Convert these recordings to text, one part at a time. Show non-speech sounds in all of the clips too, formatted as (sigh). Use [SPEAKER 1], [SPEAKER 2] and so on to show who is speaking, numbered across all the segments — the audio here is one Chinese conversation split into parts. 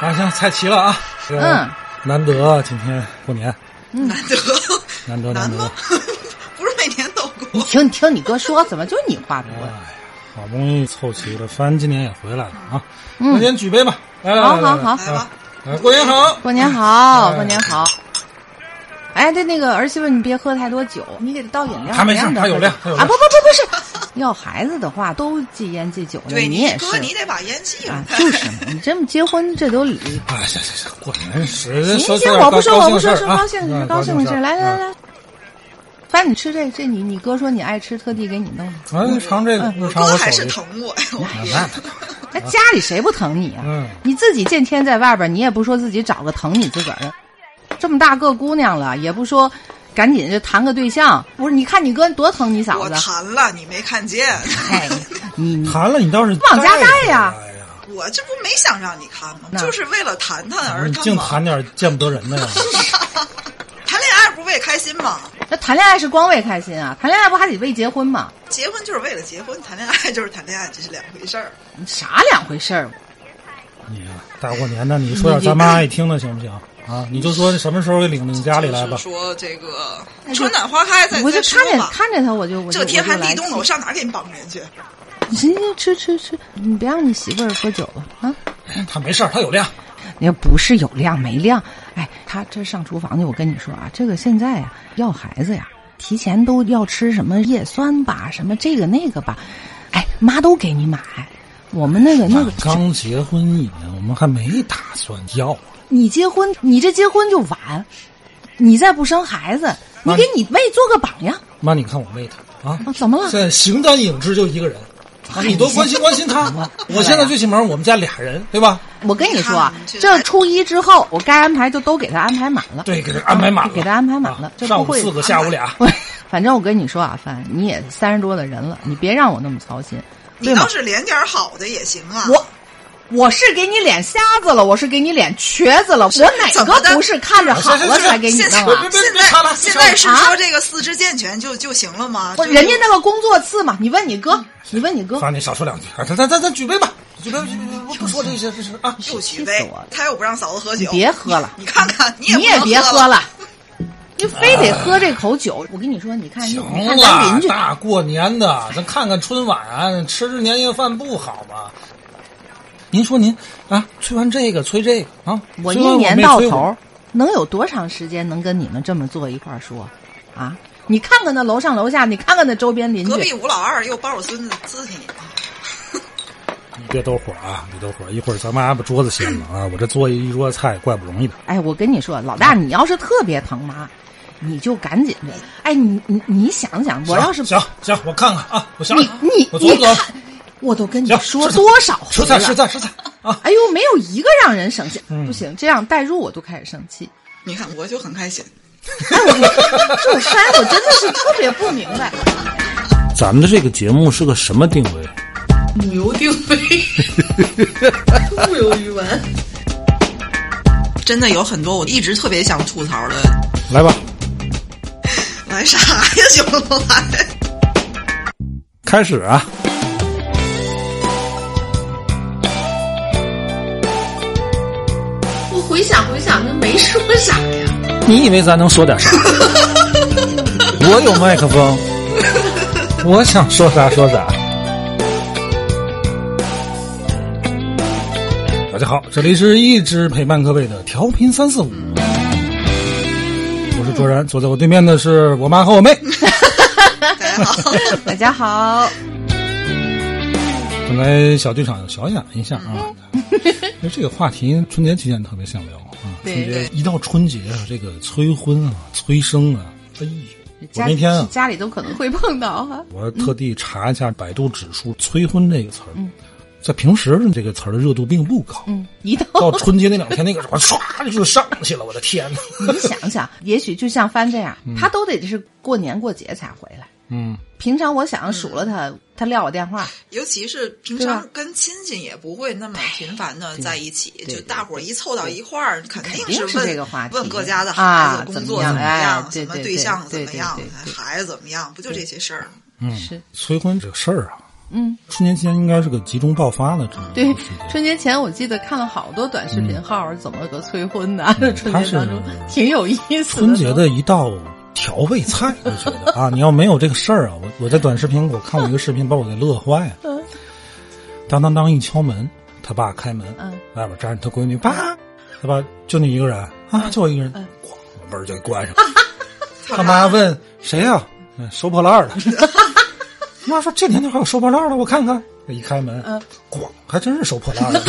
[SPEAKER 1] 啊，行，菜齐了啊。这个
[SPEAKER 2] 嗯，
[SPEAKER 1] 难得啊今天过年，
[SPEAKER 3] 难 (laughs) 得，
[SPEAKER 1] 难得
[SPEAKER 3] 难
[SPEAKER 1] 难得
[SPEAKER 3] 吗。？
[SPEAKER 2] (laughs)
[SPEAKER 3] 不是每年都
[SPEAKER 2] 你
[SPEAKER 3] 过，
[SPEAKER 2] 听你听你哥说，怎么就你话
[SPEAKER 1] 哎
[SPEAKER 2] 多？
[SPEAKER 1] 呀，好不容易凑齐了，凡今年也回来了啊。
[SPEAKER 2] 嗯
[SPEAKER 1] 那先举杯吧。来来
[SPEAKER 2] 好
[SPEAKER 1] 来来来
[SPEAKER 2] 好
[SPEAKER 3] 来吧，
[SPEAKER 1] 来过年好。
[SPEAKER 2] 过年好，
[SPEAKER 1] 哎
[SPEAKER 2] 过年好。哎，对那个儿媳妇，你别喝太多酒，你给她倒饮料。
[SPEAKER 1] 她没事
[SPEAKER 2] 别让
[SPEAKER 1] 她有
[SPEAKER 2] 喝
[SPEAKER 1] 量
[SPEAKER 2] 酒
[SPEAKER 1] 她有
[SPEAKER 2] 啊！
[SPEAKER 1] 量
[SPEAKER 2] 不不不不是，要孩子的话都戒烟戒酒的，
[SPEAKER 3] 对
[SPEAKER 2] 嗯你也
[SPEAKER 3] 哥，
[SPEAKER 2] 是
[SPEAKER 3] 你得把烟戒
[SPEAKER 2] 啊
[SPEAKER 3] 了，， (laughs)
[SPEAKER 2] 就是嘛，你这么结婚这都理。
[SPEAKER 1] 哎，行行行，过年时
[SPEAKER 2] 行
[SPEAKER 1] 说
[SPEAKER 2] 行，
[SPEAKER 1] 点
[SPEAKER 2] 我
[SPEAKER 1] 高
[SPEAKER 2] 不说我不说，说
[SPEAKER 1] 高
[SPEAKER 2] 高
[SPEAKER 1] 兴
[SPEAKER 2] 兴
[SPEAKER 1] 的事儿
[SPEAKER 2] 是
[SPEAKER 1] 啊
[SPEAKER 2] 高兴的事儿。来来。
[SPEAKER 1] 啊
[SPEAKER 2] 来，反正你吃这这你你哥说你爱吃，特地给你弄的。
[SPEAKER 1] 啊，你尝这个，
[SPEAKER 2] 嗯
[SPEAKER 1] 你尝
[SPEAKER 3] 哥
[SPEAKER 1] 我
[SPEAKER 3] 还是
[SPEAKER 1] 手艺。
[SPEAKER 3] 疼我呀，哎我
[SPEAKER 2] 哎
[SPEAKER 1] 啊那
[SPEAKER 2] 那家里谁不疼你啊？
[SPEAKER 1] 嗯
[SPEAKER 2] 你自己见天在外边，你也不说自己找个疼你自个儿的，这么大个姑娘了，也不说赶紧就谈个对象。不是，你看你哥多疼你嫂
[SPEAKER 3] 我
[SPEAKER 2] 子，
[SPEAKER 3] 谈了，你没看
[SPEAKER 2] (laughs)
[SPEAKER 3] 见，
[SPEAKER 2] 哎，你你
[SPEAKER 1] 谈了你倒是
[SPEAKER 2] 往家带呀
[SPEAKER 1] 哎呀，
[SPEAKER 3] 我这不没想让你看吗？
[SPEAKER 2] 那
[SPEAKER 3] 就是为了谈谈而
[SPEAKER 1] 你
[SPEAKER 3] 谈
[SPEAKER 1] 净
[SPEAKER 3] 嘛。
[SPEAKER 1] 谈点见不得人的呀。
[SPEAKER 3] 谈恋爱不为开心吗？
[SPEAKER 2] 那谈恋爱是光为开心啊，谈恋爱不还得为结婚吗？
[SPEAKER 3] 结婚就是为了结婚，谈恋爱就是谈恋爱，这是两回事儿。
[SPEAKER 2] 你啥两回事儿？嗯
[SPEAKER 1] 你呀，大过年的，你说点咱妈爱听的行不行啊？你就说什么时候给领领家里来吧
[SPEAKER 3] 就是。说这个
[SPEAKER 2] 哎
[SPEAKER 3] 春暖花开，再
[SPEAKER 2] 我就
[SPEAKER 3] 再说
[SPEAKER 2] 看着
[SPEAKER 3] 吧。
[SPEAKER 2] 看着他，我就我就
[SPEAKER 3] 这天
[SPEAKER 2] 我就
[SPEAKER 3] 寒
[SPEAKER 2] 来
[SPEAKER 3] 地冻的，我上哪儿给你绑人去？
[SPEAKER 2] 你行行吃吃吃，你别让你媳妇儿喝酒了啊！
[SPEAKER 1] 他没事儿，他有量。
[SPEAKER 2] 你要不是有量没量，哎，他这上厨房去，我跟你说啊，这个现在啊，要孩子呀，提前都要吃什么叶酸吧，什么这个那个吧，哎，妈都给你买。我们那个那个，
[SPEAKER 1] 刚结婚一年，我们还没打算要。
[SPEAKER 2] 你结婚，你这结婚就晚，你再不生孩子，你
[SPEAKER 1] 妈
[SPEAKER 2] 给你妹做个榜样。
[SPEAKER 1] 妈，你看我妹她啊，
[SPEAKER 2] 啊、怎么了？
[SPEAKER 1] 现在形单影只就一个人。啊你多关心关心她。我现在最起码我们家俩人，对吧？
[SPEAKER 2] 我跟你说啊
[SPEAKER 3] 你看，你这
[SPEAKER 2] 这初一之后，我该安排就都给他安排满了。
[SPEAKER 1] 对，给她安排满了，
[SPEAKER 2] 给她安排满了
[SPEAKER 1] 啊
[SPEAKER 2] 这
[SPEAKER 1] 上
[SPEAKER 2] 不
[SPEAKER 1] 午
[SPEAKER 2] 会
[SPEAKER 1] 四个，下午俩。
[SPEAKER 2] 我 (laughs) 反正我跟你说啊，范，你也三十多的人了，你别让我那么操心，
[SPEAKER 3] 你
[SPEAKER 2] 对吗
[SPEAKER 3] 倒？是连点儿好的也行啊。
[SPEAKER 2] 我我是给你脸瞎子了，我是给你脸瘸子了，我哪
[SPEAKER 3] 怎么
[SPEAKER 2] 个
[SPEAKER 3] 的
[SPEAKER 2] 不是看
[SPEAKER 1] 啊
[SPEAKER 2] 着好了才给你弄
[SPEAKER 1] 别别
[SPEAKER 2] 啊？
[SPEAKER 1] 别
[SPEAKER 3] 现
[SPEAKER 1] 别看了
[SPEAKER 3] 在现在是
[SPEAKER 2] 啊
[SPEAKER 3] 说这个四肢健全就就行了吗？
[SPEAKER 2] 不，
[SPEAKER 3] 就
[SPEAKER 2] 人家那个工作次嘛，你问你哥，你问你哥，
[SPEAKER 1] 啊，你少说两句。啊咱咱咱咱举杯吧，举杯，举杯，
[SPEAKER 2] 嗯
[SPEAKER 1] 我不说这些事情啊。
[SPEAKER 3] 又举
[SPEAKER 2] 气
[SPEAKER 3] 杯
[SPEAKER 2] 死我了，
[SPEAKER 3] 他又不让嫂子喝
[SPEAKER 2] 你
[SPEAKER 3] 酒，
[SPEAKER 2] 别喝了，
[SPEAKER 3] 你看看你
[SPEAKER 2] 你
[SPEAKER 3] 也
[SPEAKER 2] 也
[SPEAKER 3] 不能
[SPEAKER 2] 别
[SPEAKER 3] 喝
[SPEAKER 2] 喝， (laughs) 了，你非得喝这口酒。我跟你说，你看你
[SPEAKER 1] 行
[SPEAKER 2] 看咱邻
[SPEAKER 1] 了，
[SPEAKER 2] 居，
[SPEAKER 1] 大过年的，咱看看春晚，吃吃年夜饭不好吗？您说您啊，催完这个催这个啊，
[SPEAKER 2] 我
[SPEAKER 1] 催
[SPEAKER 2] 一
[SPEAKER 1] 完
[SPEAKER 2] 年
[SPEAKER 1] 妹
[SPEAKER 2] 到
[SPEAKER 1] 催
[SPEAKER 2] 头
[SPEAKER 1] 我
[SPEAKER 2] 儿能有多长时间能跟你们这么坐一块儿说啊？你看看那楼上楼下，你看看那周边邻
[SPEAKER 3] 隔壁
[SPEAKER 2] 居，
[SPEAKER 3] 吴老二又抱着孙子刺激你啊了，
[SPEAKER 1] 你别兜火啊，别兜火，一会儿咱妈把桌子掀了啊！我这做一桌菜怪不容易的。
[SPEAKER 2] 哎，我跟你说，老大，
[SPEAKER 1] 嗯
[SPEAKER 2] 你要是特别疼妈，你就赶紧的，哎，你你你想想，我要是
[SPEAKER 1] 行行，我看看啊，我想
[SPEAKER 2] 你你
[SPEAKER 1] 我琢
[SPEAKER 2] 你
[SPEAKER 1] 磨琢磨
[SPEAKER 2] 看，我都跟你
[SPEAKER 1] 行
[SPEAKER 2] 说
[SPEAKER 1] 吃菜
[SPEAKER 2] 多少回
[SPEAKER 1] 吃
[SPEAKER 2] 了，
[SPEAKER 1] 菜吃菜嗯吃菜啊！
[SPEAKER 2] 哎呦，没有一个让人生气，不行，这样代入我都开始生气。
[SPEAKER 3] 你看我就很开心。
[SPEAKER 2] 这种番我真的是特别不明白。
[SPEAKER 1] 咱们的这个节目是个什么定位？
[SPEAKER 4] 母油定
[SPEAKER 3] (laughs)
[SPEAKER 4] 位，物有鱼丸。
[SPEAKER 3] 真的有很多我一直特别想吐槽的，
[SPEAKER 1] 来吧，
[SPEAKER 3] 来啥呀，兄弟
[SPEAKER 2] (laughs)
[SPEAKER 3] 来？
[SPEAKER 1] 开始啊！
[SPEAKER 4] (laughs) 我回想回想，那没说啥呀。
[SPEAKER 1] 你以为咱能说点
[SPEAKER 2] (laughs)
[SPEAKER 1] 啥？我有麦克风，我想说啥说啥。大家好，这里是一直陪伴各位的调频三四五，我是卓然，坐在我对面的是我妈和
[SPEAKER 2] (laughs)
[SPEAKER 1] 我妹。
[SPEAKER 3] 大家好，
[SPEAKER 2] 大家好，
[SPEAKER 1] 本来小剧场小演一下
[SPEAKER 2] (laughs)
[SPEAKER 1] 啊，因为这个话题春节期间特别想聊啊。春
[SPEAKER 2] 对
[SPEAKER 1] 节一到春节啊，这个催婚啊、催生啊，哎呦，我
[SPEAKER 2] 家
[SPEAKER 1] 那天啊，
[SPEAKER 2] 家里都可能会碰到哈。
[SPEAKER 1] 我特地查一下百度指数“催婚”这个词儿，在平时这个词儿的热度并不高，
[SPEAKER 2] 嗯，一到
[SPEAKER 1] (laughs) 到春节那两天，那个什么唰就上去了，我的 (laughs) 天呐。
[SPEAKER 2] 你想想，也许就像帆这样，他都得是过年过节才回来。
[SPEAKER 1] 嗯，
[SPEAKER 2] 平常我想数落他，他撂我电话，
[SPEAKER 3] 尤其是平
[SPEAKER 2] 对哎
[SPEAKER 3] 常跟亲戚也不会那么频繁的在一起，
[SPEAKER 2] 对
[SPEAKER 3] 就大伙儿一凑到一块儿，肯
[SPEAKER 2] 肯定
[SPEAKER 3] 是
[SPEAKER 2] 是
[SPEAKER 3] 问
[SPEAKER 2] 这个话题
[SPEAKER 3] 问各家的
[SPEAKER 2] 啊
[SPEAKER 3] 孩子工作
[SPEAKER 2] 怎么
[SPEAKER 3] 怎么
[SPEAKER 2] 样哎对
[SPEAKER 3] 什么
[SPEAKER 2] 对
[SPEAKER 3] 象怎么样
[SPEAKER 2] 对对对对，对
[SPEAKER 1] 嗯
[SPEAKER 3] 孩子怎么样，不就这些事儿？
[SPEAKER 2] 是
[SPEAKER 1] 催婚这个事儿啊，
[SPEAKER 2] 嗯，
[SPEAKER 1] 春节期间应该是个集中爆发的这么一
[SPEAKER 5] 对
[SPEAKER 1] 个时，间。
[SPEAKER 5] 春节前我记得看了好多短视频号儿怎么个催婚的，春节当
[SPEAKER 1] 它嗯是
[SPEAKER 5] 中挺有意思的。
[SPEAKER 1] 春节的一道调味菜，我觉得啊，你要没有这个事儿啊，我我在短视频我看过一个视频，把我给乐坏了。当当当一敲门，他爸开门，
[SPEAKER 5] 嗯
[SPEAKER 1] 外边站着他闺女，爸，他爸就你一个人啊，就我一个人，咣，门就给关上。他妈问谁呀、嗯收破烂儿的。妈说这年头还有收破烂儿的，我看看。一开门，咣，还真是收破烂儿的。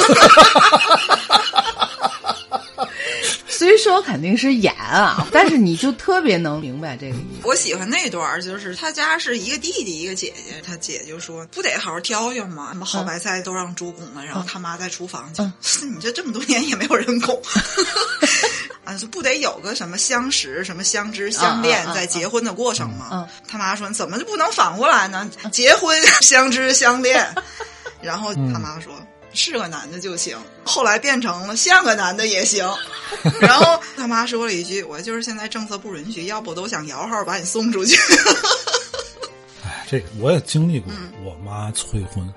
[SPEAKER 2] 虽说肯定是演啊，但是你就特别能明白这个
[SPEAKER 1] 嗯
[SPEAKER 2] 意思。
[SPEAKER 3] 我喜欢那段儿，就是他家是一个弟弟一个姐姐，他姐就说不得好好挑挑吗？
[SPEAKER 5] 嗯
[SPEAKER 3] 什么好白菜都让猪拱了，然后他妈在厨房去， (laughs) 你这这么多年也没有人拱。 (laughs) 啊，就不得有个什么相识、什么相知、相恋
[SPEAKER 5] 嗯嗯，嗯
[SPEAKER 3] 在结婚的过程吗？
[SPEAKER 5] 嗯
[SPEAKER 3] 他妈说怎么就不能反过来呢？结婚、相知、相
[SPEAKER 5] (laughs)
[SPEAKER 3] 恋，然后他妈说。
[SPEAKER 5] 嗯
[SPEAKER 3] 是个男的就行，后来变成了像个男的也行。
[SPEAKER 2] (laughs)
[SPEAKER 3] 然后他妈说了一句：“我就是现在政策不允许，要不我都想摇号把你送出去。 (laughs)
[SPEAKER 1] 哎，这个我也经历过，我妈催婚，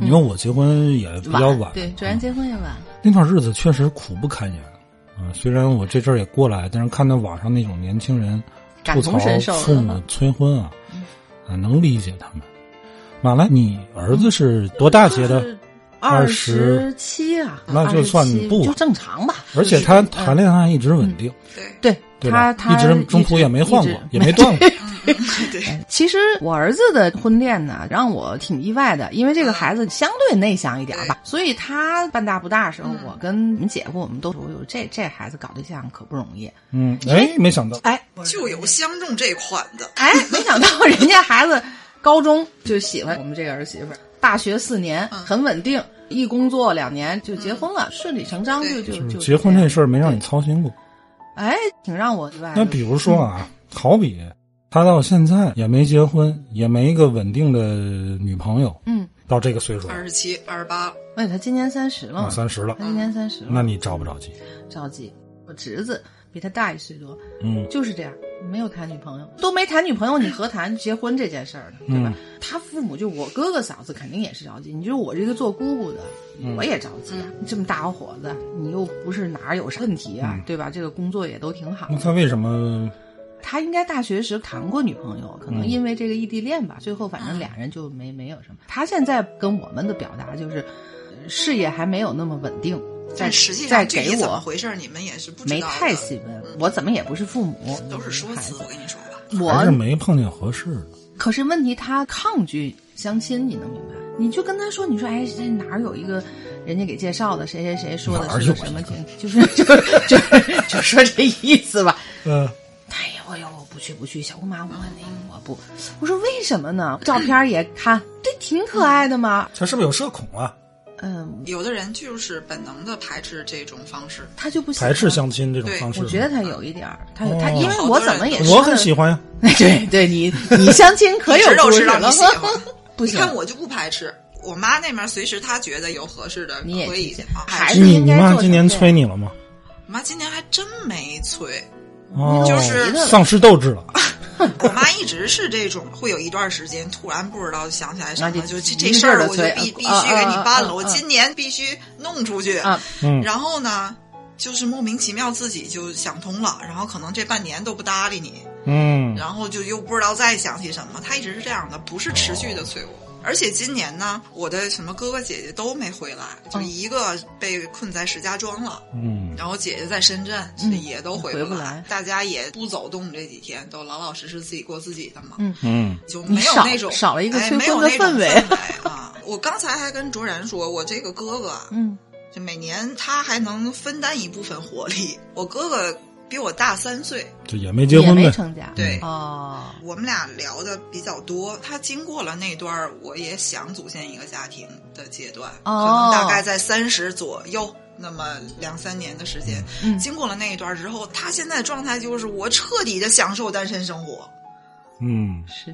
[SPEAKER 1] 因为我结婚也比较晚，嗯
[SPEAKER 5] 对，主然结婚也晚，
[SPEAKER 1] 那段日子确实苦不堪言啊。虽然我这阵儿也过来，但是看到网上那种年轻人
[SPEAKER 5] 感
[SPEAKER 1] 吐
[SPEAKER 5] 同
[SPEAKER 1] 槽
[SPEAKER 5] 身受
[SPEAKER 1] 父
[SPEAKER 5] 了
[SPEAKER 1] 母催婚啊，啊，能理解他们。马来，你儿子是多大结的？二十
[SPEAKER 2] 十七啊，
[SPEAKER 1] 那就算
[SPEAKER 2] 27
[SPEAKER 1] 不晚
[SPEAKER 2] 就正常吧。
[SPEAKER 1] 而且他谈恋爱一直稳定，”
[SPEAKER 3] 对
[SPEAKER 2] 对
[SPEAKER 1] 对吧？
[SPEAKER 2] 他，他
[SPEAKER 1] 一直中途也没换
[SPEAKER 2] 一
[SPEAKER 1] 过
[SPEAKER 2] 直，
[SPEAKER 1] 也没断过。
[SPEAKER 3] 嗯对，
[SPEAKER 2] 其实我儿子的婚恋呢，让我挺意外的，因为这个孩子相对内向一点吧，所以他半大不大的时候，我跟你姐夫我们都说，哎呦，这这孩子搞对象可不容易。
[SPEAKER 1] 嗯，哎，没想到，
[SPEAKER 2] 哎
[SPEAKER 3] 就有相中这款的。
[SPEAKER 2] (laughs) 哎，没想到人家孩子高中就喜欢我们这个儿媳妇儿，大学四年很稳定，一工作两年就结婚了，顺理成章就就
[SPEAKER 1] 就是
[SPEAKER 2] 就
[SPEAKER 1] 结婚
[SPEAKER 2] 这
[SPEAKER 1] 这
[SPEAKER 2] 样
[SPEAKER 1] 事儿没让你操心过。
[SPEAKER 2] 哎，挺让我意外的。
[SPEAKER 1] 那比如说啊，好比他到现在也没结婚，也没一个稳定的女朋友，
[SPEAKER 2] 嗯，
[SPEAKER 1] 到这个岁数了
[SPEAKER 3] 二十七、二十八，
[SPEAKER 2] 哎，他今年三十了
[SPEAKER 1] 啊，
[SPEAKER 2] 嘛，
[SPEAKER 1] 三十了
[SPEAKER 2] 他，今年三十了，
[SPEAKER 1] 那你着不着急？
[SPEAKER 2] 着急。我侄子比他大一岁多，
[SPEAKER 1] 嗯
[SPEAKER 2] 就是这样，没有谈女朋友，都没谈女朋友，你何谈结婚这件事儿呢？对吧？
[SPEAKER 1] 嗯
[SPEAKER 2] 他父母就我哥哥嫂子肯定也是着急，你就我这个做姑姑的，
[SPEAKER 1] 嗯
[SPEAKER 2] 我也着急啊！
[SPEAKER 3] 嗯
[SPEAKER 2] 你这么大小伙子，你又不是哪儿有啥问题
[SPEAKER 1] 嗯
[SPEAKER 2] 啊，对吧？这个工作也都挺好
[SPEAKER 1] 那。他为什么？
[SPEAKER 2] 他应该大学时谈过女朋友，可
[SPEAKER 1] 嗯
[SPEAKER 2] 能因为这个异地恋吧，最后反
[SPEAKER 3] 啊
[SPEAKER 2] 正俩人就没没有什么。他现在跟我们的表达就是，呃事业还没有那么稳定，再
[SPEAKER 3] 但实际
[SPEAKER 2] 再
[SPEAKER 3] 上具体
[SPEAKER 2] 给
[SPEAKER 3] 怎么
[SPEAKER 2] 我
[SPEAKER 3] 回事儿，你们也是不知
[SPEAKER 2] 没
[SPEAKER 3] 道的
[SPEAKER 2] 太细问，我怎么也不是父母，
[SPEAKER 3] 都是说
[SPEAKER 2] 孩
[SPEAKER 3] 辞。
[SPEAKER 2] 子
[SPEAKER 3] 我跟你说吧，
[SPEAKER 1] 还
[SPEAKER 2] 我
[SPEAKER 1] 是没碰见合适的？
[SPEAKER 2] 可是问题他抗拒相亲，你能明白？你就跟他说，你说哎，这哪儿有一个人家给介绍的，谁谁谁说
[SPEAKER 1] 哪儿
[SPEAKER 2] 的是个
[SPEAKER 1] 有
[SPEAKER 2] 什
[SPEAKER 1] 一
[SPEAKER 2] 么
[SPEAKER 1] 个
[SPEAKER 2] 情， (laughs) 就是就就就说这意思吧。
[SPEAKER 1] 嗯，
[SPEAKER 2] 哎呀，我要我不去不去，小姑妈，我那个我不，我说为什么呢？照片也看，这挺可爱的嘛。
[SPEAKER 1] 他是不是有社恐啊？
[SPEAKER 2] 嗯，
[SPEAKER 3] 有的人就是本能的排斥这种方式。
[SPEAKER 2] 他就不喜欢
[SPEAKER 1] 排斥。相亲这种
[SPEAKER 3] 对
[SPEAKER 1] 方式？
[SPEAKER 2] 我觉得他有一点儿，他有
[SPEAKER 1] 哦
[SPEAKER 2] 他，因为我怎么也是
[SPEAKER 1] 我很喜欢呀。
[SPEAKER 2] 欢， (laughs) 对对，你你相亲可有
[SPEAKER 3] 吃
[SPEAKER 2] 故
[SPEAKER 3] 肉
[SPEAKER 2] 事
[SPEAKER 3] (laughs) 吃到
[SPEAKER 2] 了，
[SPEAKER 3] 你，喜欢
[SPEAKER 2] 不
[SPEAKER 3] 你
[SPEAKER 2] 行
[SPEAKER 3] 看我就不排斥。我妈那边随时她觉得有合适的，
[SPEAKER 2] 你也
[SPEAKER 3] 可以
[SPEAKER 2] 提醒
[SPEAKER 3] 啊
[SPEAKER 2] 孩
[SPEAKER 3] 排
[SPEAKER 2] 子
[SPEAKER 3] 斥。
[SPEAKER 1] 你
[SPEAKER 2] 应
[SPEAKER 1] 你
[SPEAKER 2] 该
[SPEAKER 1] 妈
[SPEAKER 2] 做
[SPEAKER 1] 今
[SPEAKER 2] 成
[SPEAKER 1] 年
[SPEAKER 2] 这样
[SPEAKER 1] 催你了吗？
[SPEAKER 3] 我妈今年还真没催，
[SPEAKER 2] 嗯
[SPEAKER 1] 哦，
[SPEAKER 3] 就是
[SPEAKER 1] 丧失斗志
[SPEAKER 2] (laughs)
[SPEAKER 1] 了。
[SPEAKER 3] 我妈一直是这种，会有一段时间突然不知道想起来什
[SPEAKER 2] 那
[SPEAKER 3] 么，
[SPEAKER 2] 就
[SPEAKER 3] 就
[SPEAKER 2] 急
[SPEAKER 3] 这这
[SPEAKER 2] 着
[SPEAKER 3] 事儿
[SPEAKER 2] 的
[SPEAKER 3] 我就
[SPEAKER 2] 催
[SPEAKER 3] 必
[SPEAKER 2] 啊
[SPEAKER 3] 必须给你办
[SPEAKER 2] 啊啊啊
[SPEAKER 3] 了，我今年必须弄出去。
[SPEAKER 2] 啊
[SPEAKER 1] 嗯
[SPEAKER 3] 然后呢，就是莫名其妙自己就想通了，然后可能这半年都不搭理你，
[SPEAKER 1] 嗯，
[SPEAKER 3] 然后就又不知道再想起什么。她一直是这样的，不是持续的催我。而且今年呢，我的什么哥哥姐姐都没回来，就
[SPEAKER 2] 嗯
[SPEAKER 3] 一个被困在石家庄了，
[SPEAKER 1] 嗯，
[SPEAKER 3] 然后姐姐在深圳，所以也都
[SPEAKER 2] 嗯
[SPEAKER 3] 回
[SPEAKER 2] 回不
[SPEAKER 3] 不
[SPEAKER 2] 来
[SPEAKER 3] 大家也不走动，这几天都老老实实自己过自己的嘛。
[SPEAKER 2] 嗯
[SPEAKER 1] 嗯，
[SPEAKER 3] 就没有那
[SPEAKER 2] 你少
[SPEAKER 3] 种
[SPEAKER 2] 少了一个
[SPEAKER 3] 哎
[SPEAKER 2] 催
[SPEAKER 3] 没有
[SPEAKER 2] 婚的
[SPEAKER 3] 那种
[SPEAKER 2] 氛
[SPEAKER 3] 氛
[SPEAKER 2] 围 (laughs)
[SPEAKER 3] 啊！我刚才还跟卓然说，我这个哥哥啊，
[SPEAKER 2] 嗯
[SPEAKER 3] 就每年他还能分担一部分活力。我哥哥比我大三岁，
[SPEAKER 1] 这也没结
[SPEAKER 2] 也
[SPEAKER 1] 婚
[SPEAKER 2] 没
[SPEAKER 1] 呗。
[SPEAKER 2] 成家，
[SPEAKER 3] 对
[SPEAKER 2] 哦，
[SPEAKER 3] 我们俩聊的比较多。他经过了那段儿我也想组建一个家庭的阶段，
[SPEAKER 2] 哦
[SPEAKER 3] 可能大概在三十左右。那么两三年的时间，
[SPEAKER 2] 嗯
[SPEAKER 3] 经过了那一段之后，他现在状态就是我彻底的享受单身生活。
[SPEAKER 1] 嗯，
[SPEAKER 2] 是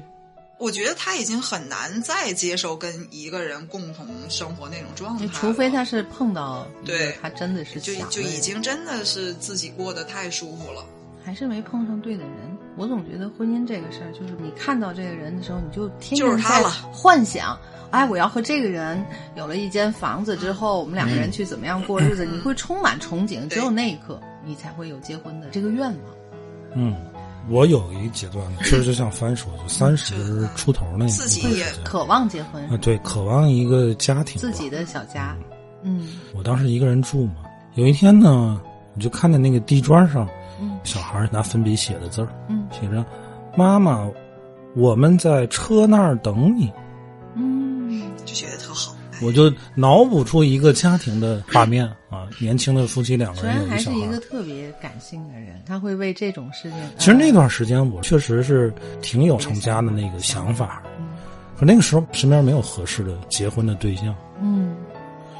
[SPEAKER 3] 我觉得他已经很难再接受跟一个人共同生活那种状态了，
[SPEAKER 2] 除非他是碰到一个
[SPEAKER 3] 对
[SPEAKER 2] 他真的是
[SPEAKER 3] 就
[SPEAKER 2] 想
[SPEAKER 3] 就
[SPEAKER 2] 的
[SPEAKER 3] 已
[SPEAKER 2] 人
[SPEAKER 3] 经真的是自己过得太舒服了。
[SPEAKER 2] 还是没碰上对的人。我总觉得婚姻这个事儿，就是你看到这个人的时候，你就天
[SPEAKER 3] 就
[SPEAKER 2] 天
[SPEAKER 3] 是他
[SPEAKER 2] 在
[SPEAKER 3] 了
[SPEAKER 2] 幻想，哎，我要和这个人有了一间房子之后，我们两个人去怎么样过日子，
[SPEAKER 3] 嗯
[SPEAKER 2] 你会充满憧憬。只有那一刻，你才会有结婚的这个愿望。
[SPEAKER 1] 嗯，我有一阶段，其实就像帆说，就三十出头那一
[SPEAKER 3] 自己
[SPEAKER 1] 段时
[SPEAKER 3] 也
[SPEAKER 1] 间
[SPEAKER 2] 渴望结婚，
[SPEAKER 1] 啊，对，渴望一个家庭吧，
[SPEAKER 2] 自己的小家，嗯
[SPEAKER 1] 我当时一个人住嘛，有一天呢，我就看见那个地砖上，
[SPEAKER 2] 嗯
[SPEAKER 1] 小孩儿拿粉笔写的字儿，
[SPEAKER 2] 嗯
[SPEAKER 1] 写着“妈妈，我们在车那儿等你
[SPEAKER 2] 嗯，
[SPEAKER 3] 就觉得特好。”，
[SPEAKER 1] 我就脑补出一个家庭的画面啊， (laughs) 年轻的夫妻两个
[SPEAKER 2] 虽然
[SPEAKER 1] 人有
[SPEAKER 2] 还
[SPEAKER 1] 哎小
[SPEAKER 2] 是一
[SPEAKER 1] 孩
[SPEAKER 2] 个
[SPEAKER 1] 儿。
[SPEAKER 2] 特别感性的人，他会为这种事情。嗯
[SPEAKER 1] 其实那
[SPEAKER 2] 个，
[SPEAKER 1] 段时间我确实是挺有成家的那个想法，
[SPEAKER 2] 嗯
[SPEAKER 1] 可那个时候身边没有合适的结婚的对象，
[SPEAKER 2] 嗯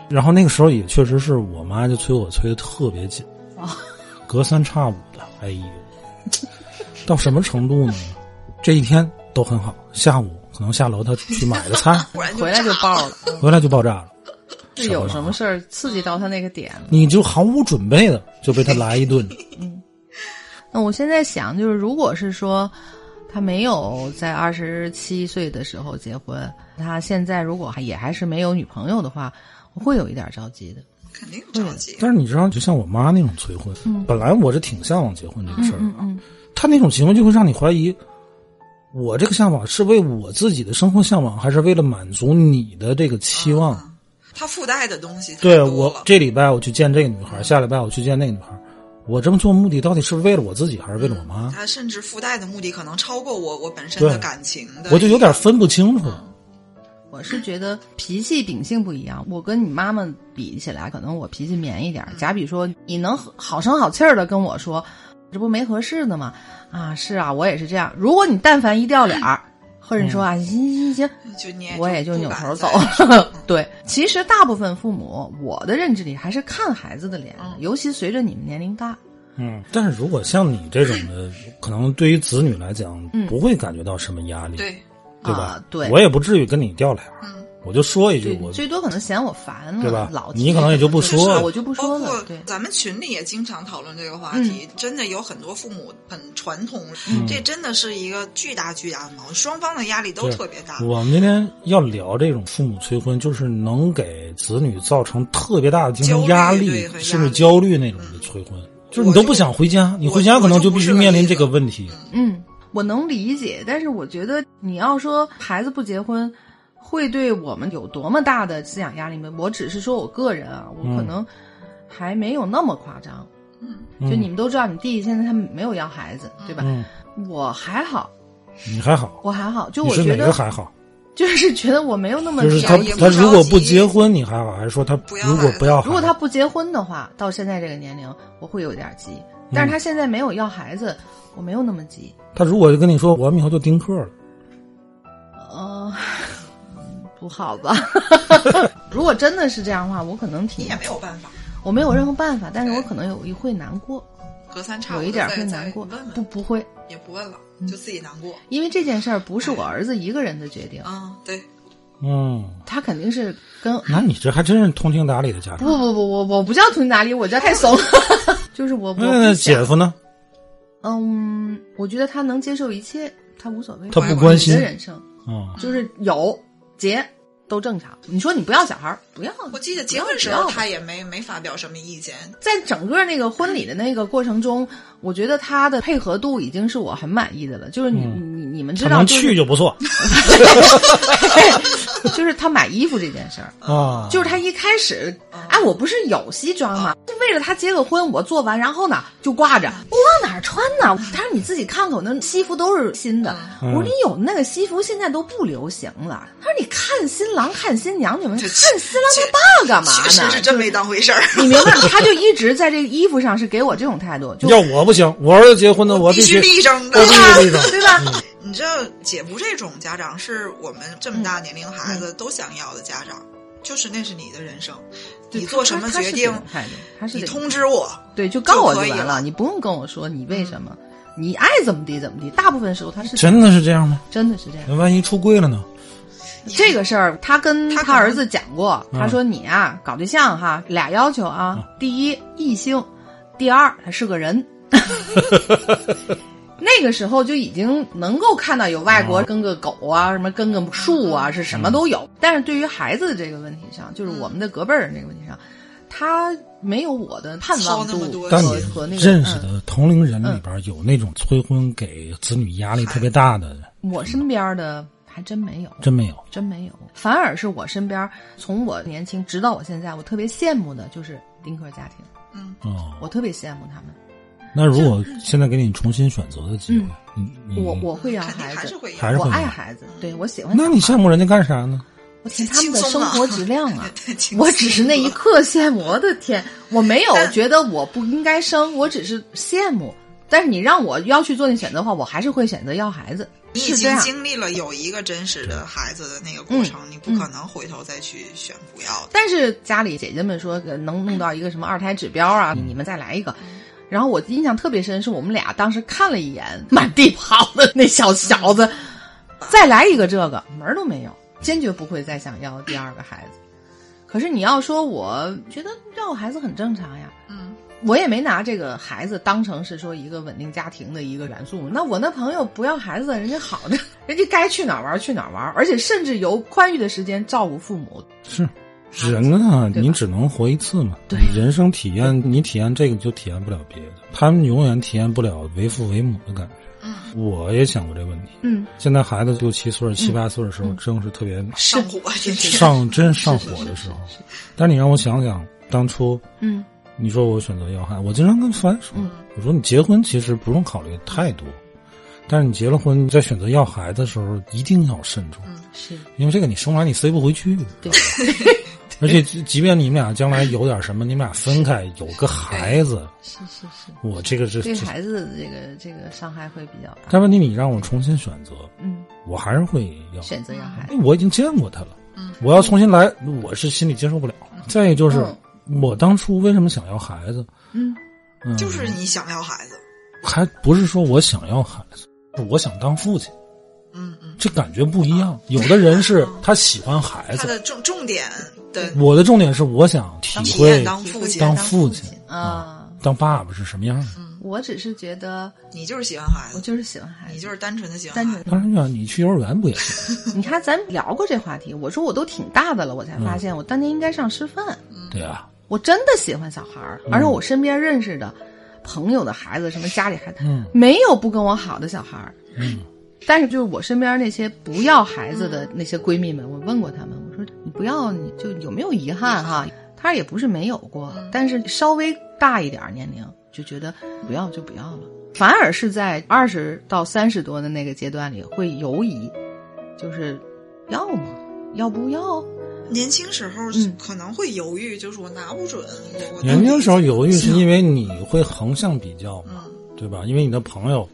[SPEAKER 1] 然后那个时候也确实是我妈就催我催的特别紧，
[SPEAKER 2] 哦
[SPEAKER 1] 隔三差五的，哎
[SPEAKER 2] (laughs)
[SPEAKER 1] 呦，到什么程度呢？这一天都很好，下午可能下楼她去买个
[SPEAKER 2] (laughs)
[SPEAKER 1] 菜，
[SPEAKER 3] 忽然就
[SPEAKER 2] 回来就
[SPEAKER 3] 炸
[SPEAKER 2] 爆
[SPEAKER 1] (laughs)
[SPEAKER 2] 了，
[SPEAKER 1] 回来就爆炸了，
[SPEAKER 2] 是有什么事儿刺激到他那个点了。
[SPEAKER 1] 你就毫无准备的就被她来一顿，
[SPEAKER 2] 那我现在想，就是如果是说他没有在二十七岁的时候结婚，他现在如果还也还是没有女朋友的话，我会有一点着急的。
[SPEAKER 3] 肯定着急。
[SPEAKER 2] 嗯
[SPEAKER 1] 但是你知道，就像我妈那种催婚，本来我是挺向往结婚这个事儿的
[SPEAKER 2] 嗯
[SPEAKER 1] 啊，
[SPEAKER 2] 嗯
[SPEAKER 1] 她那种行为就会让你怀疑。我这个向往是为我自己的生活向往，还是为了满足你的这个期望？
[SPEAKER 3] 它附带的东西太
[SPEAKER 1] 对
[SPEAKER 3] 多
[SPEAKER 1] 我
[SPEAKER 3] 了
[SPEAKER 1] 这礼拜我去见这个女孩，下礼拜我去见那个女孩，我这么做目的到底是为了我自己还是为了我妈？
[SPEAKER 3] 它甚至附带的目的可能超过我我本身
[SPEAKER 1] 对
[SPEAKER 3] 的感情的，
[SPEAKER 1] 我就有点分不清楚。
[SPEAKER 2] 我是觉得脾气秉性不一样，我跟你妈妈比起来，可能我脾气绵一点
[SPEAKER 3] 嗯
[SPEAKER 2] 儿。假比说，你能好声好气儿的跟我说，这不没合适的吗？啊，是啊，我也是这样。如果你但凡一掉脸儿，或者你说啊，行行行行，
[SPEAKER 3] 就嗯你
[SPEAKER 2] 我也就
[SPEAKER 3] 不
[SPEAKER 2] 扭
[SPEAKER 3] 敢
[SPEAKER 2] 头
[SPEAKER 3] 再嗯
[SPEAKER 2] 走。对，其实大部分父母，我的认知里还是看孩子的脸
[SPEAKER 3] 嗯
[SPEAKER 2] 的，尤其随着你们年龄大，
[SPEAKER 1] 嗯，但是如果像你这种的，可能对于子女来讲，不会感觉到什么压力，对
[SPEAKER 3] 对，
[SPEAKER 1] 吧
[SPEAKER 2] 啊？对
[SPEAKER 1] 我也不至于跟你掉脸儿，
[SPEAKER 3] 嗯
[SPEAKER 1] 我就说一句
[SPEAKER 2] 对，
[SPEAKER 1] 我
[SPEAKER 2] 最多可能嫌我烦了，
[SPEAKER 1] 对吧
[SPEAKER 2] 老
[SPEAKER 1] 你
[SPEAKER 2] 提
[SPEAKER 1] 可能也就不
[SPEAKER 2] 是
[SPEAKER 1] 说
[SPEAKER 2] 啊
[SPEAKER 1] 了
[SPEAKER 2] 我 (laughs) 就不
[SPEAKER 3] 包
[SPEAKER 2] 说
[SPEAKER 3] 括
[SPEAKER 2] 了。对，嗯
[SPEAKER 3] 咱们群里也经常讨论这个话题，真的有很多父母很传统，
[SPEAKER 1] 嗯
[SPEAKER 3] 这真的是一个巨大巨大的矛盾，双方的压力都
[SPEAKER 1] 对
[SPEAKER 3] 特别大。
[SPEAKER 1] 我们今天要聊这种父母催婚，就是能给子女造成特别大的精神压
[SPEAKER 3] 焦虑对
[SPEAKER 1] 力，
[SPEAKER 3] 和压力
[SPEAKER 1] 甚至焦虑那种的催婚，就是你都不想回家，你回家可能必须面临这个问题。
[SPEAKER 2] 嗯，我能理解，但是我觉得你要说孩子不结婚。会对我们有多么大的思想压力吗？我只是说我个人啊，我可
[SPEAKER 1] 嗯
[SPEAKER 2] 能还没有那么夸张。
[SPEAKER 1] 嗯
[SPEAKER 2] 就你们都知道，你弟现在他没有要孩子，对吧？
[SPEAKER 1] 嗯，
[SPEAKER 2] 我还好，
[SPEAKER 1] 你嗯还好，
[SPEAKER 2] 我还好，就
[SPEAKER 1] 你
[SPEAKER 2] 我
[SPEAKER 1] 是哪
[SPEAKER 2] 觉
[SPEAKER 1] 个
[SPEAKER 2] 得
[SPEAKER 1] 还好？
[SPEAKER 2] 就是觉得我没有那么
[SPEAKER 1] 就是
[SPEAKER 2] 挑
[SPEAKER 1] 他
[SPEAKER 3] 也不
[SPEAKER 1] 他
[SPEAKER 3] 着急
[SPEAKER 1] 如果不结婚，你还好，还是说他
[SPEAKER 3] 不要
[SPEAKER 1] 如果
[SPEAKER 3] 孩子
[SPEAKER 1] 不要孩子？
[SPEAKER 2] 如果他不结婚的话，到现在这个年龄，我会有点急。
[SPEAKER 1] 嗯
[SPEAKER 2] 但是他现在没有要孩子，我没有那么急。
[SPEAKER 1] 他如果跟你说我们以后就丁克了，
[SPEAKER 2] 呃， (laughs) 嗯不好吧？ (laughs) 如果真的是这样的话，我可能
[SPEAKER 3] 你
[SPEAKER 2] 挺
[SPEAKER 3] 也没有办法，
[SPEAKER 2] 我没有任何办法，但是我可能有一会难过，
[SPEAKER 3] 隔三差五
[SPEAKER 2] 有
[SPEAKER 3] 地
[SPEAKER 2] 一点
[SPEAKER 3] 再
[SPEAKER 2] 会难过
[SPEAKER 3] 再问。问
[SPEAKER 2] 不，嗯不会，
[SPEAKER 3] 也不问了，就自己难过。
[SPEAKER 2] 因为这件事儿不是我儿子一个人的决定，
[SPEAKER 3] 嗯，对，
[SPEAKER 1] 嗯，
[SPEAKER 2] 他肯定是跟
[SPEAKER 1] 那你这还真是通情达理的家
[SPEAKER 2] 不
[SPEAKER 1] 长。
[SPEAKER 2] 不不，我我不叫从哪里，我叫太
[SPEAKER 3] (laughs)
[SPEAKER 2] 怂。就是我，我不
[SPEAKER 1] 那
[SPEAKER 2] 想
[SPEAKER 1] 姐夫呢？
[SPEAKER 2] 嗯，我觉得他能接受一切，他无所谓。
[SPEAKER 1] 他不关心
[SPEAKER 2] 你的人生
[SPEAKER 1] 啊，
[SPEAKER 2] 就是有结都正常。你说你不要小孩儿，不要。
[SPEAKER 3] 我记得结婚时候
[SPEAKER 2] 不要
[SPEAKER 3] 他也没没发表什么意见，
[SPEAKER 2] 在整个那个婚礼的那个过程中，我觉得他的配合度已经是我很满意的了。就是你、你你们
[SPEAKER 1] 嗯他
[SPEAKER 2] 知道，
[SPEAKER 1] 能
[SPEAKER 2] 就是 (laughs)
[SPEAKER 1] 去就不错
[SPEAKER 2] 就是他买衣服这件事儿，
[SPEAKER 1] 啊，
[SPEAKER 2] (laughs) 就是他一开始，哎，我不是有西装吗？是为了他结个婚，我做完，然后呢就挂着，我往哪儿穿呢？他说你自己看看，我那西服都是新的。
[SPEAKER 1] 嗯
[SPEAKER 2] 我说你有那个西服，现在都不流行了。他说你看新郎看新娘，你们看新郎他爸干嘛
[SPEAKER 3] 确实是
[SPEAKER 2] 呢？
[SPEAKER 3] 真没当
[SPEAKER 2] (laughs)
[SPEAKER 3] 回事儿。
[SPEAKER 2] 你明白吗？他就一直在这个衣服上是给我这种态度，就
[SPEAKER 1] 要我不行，我儿子结婚了，
[SPEAKER 3] 我
[SPEAKER 1] 必须
[SPEAKER 3] 须立正的
[SPEAKER 2] 啊
[SPEAKER 1] 我。
[SPEAKER 2] (laughs)
[SPEAKER 1] 必须立正。
[SPEAKER 3] (laughs)
[SPEAKER 2] 对吧？
[SPEAKER 3] 你知道，姐夫这种家长是我们这么大
[SPEAKER 2] 嗯
[SPEAKER 3] 年龄孩子都想要的家长，就是那是你的人生，你做什么
[SPEAKER 2] 他他
[SPEAKER 3] 决
[SPEAKER 2] 是这
[SPEAKER 3] 定
[SPEAKER 2] 种，态度，他是
[SPEAKER 3] 你
[SPEAKER 2] 这种
[SPEAKER 3] 通知我。
[SPEAKER 2] 对，就告我
[SPEAKER 3] 就可
[SPEAKER 2] 就
[SPEAKER 3] 以
[SPEAKER 2] 完
[SPEAKER 3] 了嗯
[SPEAKER 2] 了，你不用跟我说你为什么，你爱怎么地怎么地。大部分时候他是
[SPEAKER 1] 真的是这样吗？
[SPEAKER 2] 真的是这样。
[SPEAKER 1] 那万一出柜了呢？
[SPEAKER 2] 这个事儿，他跟
[SPEAKER 3] 他可
[SPEAKER 2] 他
[SPEAKER 3] 能
[SPEAKER 2] 儿子讲过，
[SPEAKER 1] 嗯
[SPEAKER 2] 他说
[SPEAKER 1] (laughs)
[SPEAKER 2] 你啊，搞对象哈，俩要求啊，第一异性，第二他是个人，那个时候就已经能够看到有外
[SPEAKER 1] 哦
[SPEAKER 2] 国跟个狗啊，什么跟个树
[SPEAKER 1] 嗯
[SPEAKER 2] 啊，是什么都有。但是对于孩子的这个问题
[SPEAKER 3] 嗯
[SPEAKER 2] 上，就是我们的隔辈儿人这个问题上，他没有我的盼望
[SPEAKER 3] 操那么
[SPEAKER 2] 度
[SPEAKER 3] 多
[SPEAKER 2] 和
[SPEAKER 3] 但
[SPEAKER 1] 你
[SPEAKER 2] 和那个
[SPEAKER 1] 认识
[SPEAKER 2] 嗯
[SPEAKER 1] 的同龄人里边有那种催婚给子女压力特别大的，
[SPEAKER 2] 我身边的还真没有，
[SPEAKER 1] 真没有。
[SPEAKER 2] 真没有。反而是我身边，从我年轻直到我现在，我特别羡慕的就是丁克家庭，
[SPEAKER 3] 嗯，
[SPEAKER 1] 哦，
[SPEAKER 2] 我特别羡慕他们。
[SPEAKER 1] 那如果现在给你重新选择的机会，你你
[SPEAKER 2] 我我会让
[SPEAKER 3] 肯定
[SPEAKER 2] 孩
[SPEAKER 3] 还是
[SPEAKER 2] 子，
[SPEAKER 3] 会
[SPEAKER 1] 嗯还是
[SPEAKER 3] 有，
[SPEAKER 1] 会
[SPEAKER 2] 我
[SPEAKER 1] 有啊
[SPEAKER 2] 爱孩子，对我喜欢小孩。
[SPEAKER 1] 那你羡慕人家干啥呢？
[SPEAKER 2] 我天，他们的
[SPEAKER 3] 轻
[SPEAKER 2] 生
[SPEAKER 3] 松啊
[SPEAKER 2] 活质量啊
[SPEAKER 3] 对！ (laughs) 轻松啊
[SPEAKER 2] 我只是那一刻羡慕，我的天，我没有
[SPEAKER 3] 但
[SPEAKER 2] 觉得我不应该生，我只是羡慕。但是你让我要去做那选择的话，我还是会选择要孩子，
[SPEAKER 3] 你已
[SPEAKER 2] 是这
[SPEAKER 3] 经
[SPEAKER 2] 样。嗯
[SPEAKER 3] 经历了有一个真实的孩子的那个过程，你不可能回头再去选不要的。
[SPEAKER 2] 但是家里姐姐们说呃能弄到一个什么二胎指标啊，你们再来一个。然后我印象特别深，是我们俩当时看了一眼满地跑的那小小子，再来一个这个门儿都没有，坚决不会再想要第二个孩子。可是你要说我觉得要孩子很正常呀，
[SPEAKER 3] 嗯，
[SPEAKER 2] 我也没拿这个孩子当成是说一个稳定家庭的一个元素。那我那朋友不要孩子，人家好的，人家该去哪儿玩儿去哪儿玩儿，而且甚至有宽裕的时间照顾父母，
[SPEAKER 1] 是人啊，
[SPEAKER 2] 对吧
[SPEAKER 1] 你只能活一次嘛。
[SPEAKER 2] 对
[SPEAKER 1] 人生体验，你体验这个就体验不了别的，他们永远体验不了为父为母的感觉。
[SPEAKER 3] 嗯，
[SPEAKER 1] 我也想过这问题。
[SPEAKER 2] 嗯，
[SPEAKER 1] 现在孩子六七岁、七八岁的时候，嗯正是特别
[SPEAKER 3] 上火天天
[SPEAKER 1] 上真上火的时候。但是你让我想想，当初
[SPEAKER 2] 嗯
[SPEAKER 1] 你说我选择要害，我经常跟凡说，我说你结婚其实不用考虑太多，但是你结了婚，你在选择要孩子的时候一定要慎重，
[SPEAKER 2] 是。
[SPEAKER 1] 因为这个你生完你塞不回去。
[SPEAKER 2] 嗯对，
[SPEAKER 1] 而且即即便你们俩将来有点什么，你们俩分开有个孩子，
[SPEAKER 2] 是是是，
[SPEAKER 1] 我这个是
[SPEAKER 2] 对
[SPEAKER 1] 这。
[SPEAKER 2] 孩子的这个这个伤害会比较大。
[SPEAKER 1] 但问题你让我重新选择，
[SPEAKER 2] 嗯，
[SPEAKER 1] 我还是会要。
[SPEAKER 2] 选嗯择要孩子，
[SPEAKER 1] 我已经见过他了，我要重新来，我是心里接受不了。再一个就是，
[SPEAKER 2] 哦
[SPEAKER 1] 我当初为什么想要孩子，
[SPEAKER 2] 嗯
[SPEAKER 1] 嗯，
[SPEAKER 3] 就是你想要孩子，
[SPEAKER 1] 还不是说我想要孩子，是我想当父亲，
[SPEAKER 3] 嗯嗯，
[SPEAKER 1] 这感觉不一样。有的人是他喜欢孩
[SPEAKER 3] 他
[SPEAKER 1] 子，
[SPEAKER 3] 的重重点的
[SPEAKER 1] 我的重点是我想体
[SPEAKER 3] 体验
[SPEAKER 1] 嗯会
[SPEAKER 3] 当父亲，
[SPEAKER 1] 当
[SPEAKER 2] 父
[SPEAKER 1] 亲
[SPEAKER 2] 亲啊。
[SPEAKER 1] 当爸爸是什么样的。
[SPEAKER 3] 嗯
[SPEAKER 2] 我只是觉得，
[SPEAKER 3] 你就是喜欢孩
[SPEAKER 2] 我
[SPEAKER 3] 子，
[SPEAKER 2] 就是喜欢孩
[SPEAKER 3] 你
[SPEAKER 2] 子，
[SPEAKER 3] 就是单纯的喜欢
[SPEAKER 2] 单
[SPEAKER 3] 孩子。
[SPEAKER 1] 当
[SPEAKER 2] 纯。
[SPEAKER 1] 然了，你去幼儿园不也是？
[SPEAKER 2] 你看，咱聊过这话题，我说我都挺大的了，我才发现我当年应该上师范。
[SPEAKER 3] 嗯
[SPEAKER 1] 对啊，
[SPEAKER 2] 我真的喜欢小孩儿，而且我身边认识的朋友的孩子，什么家里孩子，
[SPEAKER 1] 嗯
[SPEAKER 2] 没有不跟我好的小孩儿。
[SPEAKER 1] 嗯，
[SPEAKER 2] 但是就是我身边那些不要孩子的那些闺蜜们，我问过她们，我说你不要，你就有没有遗憾哈？她也不是没有过，但是稍微大一点儿年龄就觉得不要就不要了，反而是在二十到三十多的那个阶段里会犹疑，就是要吗？要不要？
[SPEAKER 3] 年轻时候
[SPEAKER 2] 嗯
[SPEAKER 3] 可能会犹豫，就是我拿不准。我我
[SPEAKER 1] 年轻时候犹豫是因
[SPEAKER 3] 为
[SPEAKER 1] 为你会横向比较嘛，
[SPEAKER 3] 嗯
[SPEAKER 1] 对吧？因为你的朋
[SPEAKER 2] (clears throat)
[SPEAKER 1] 友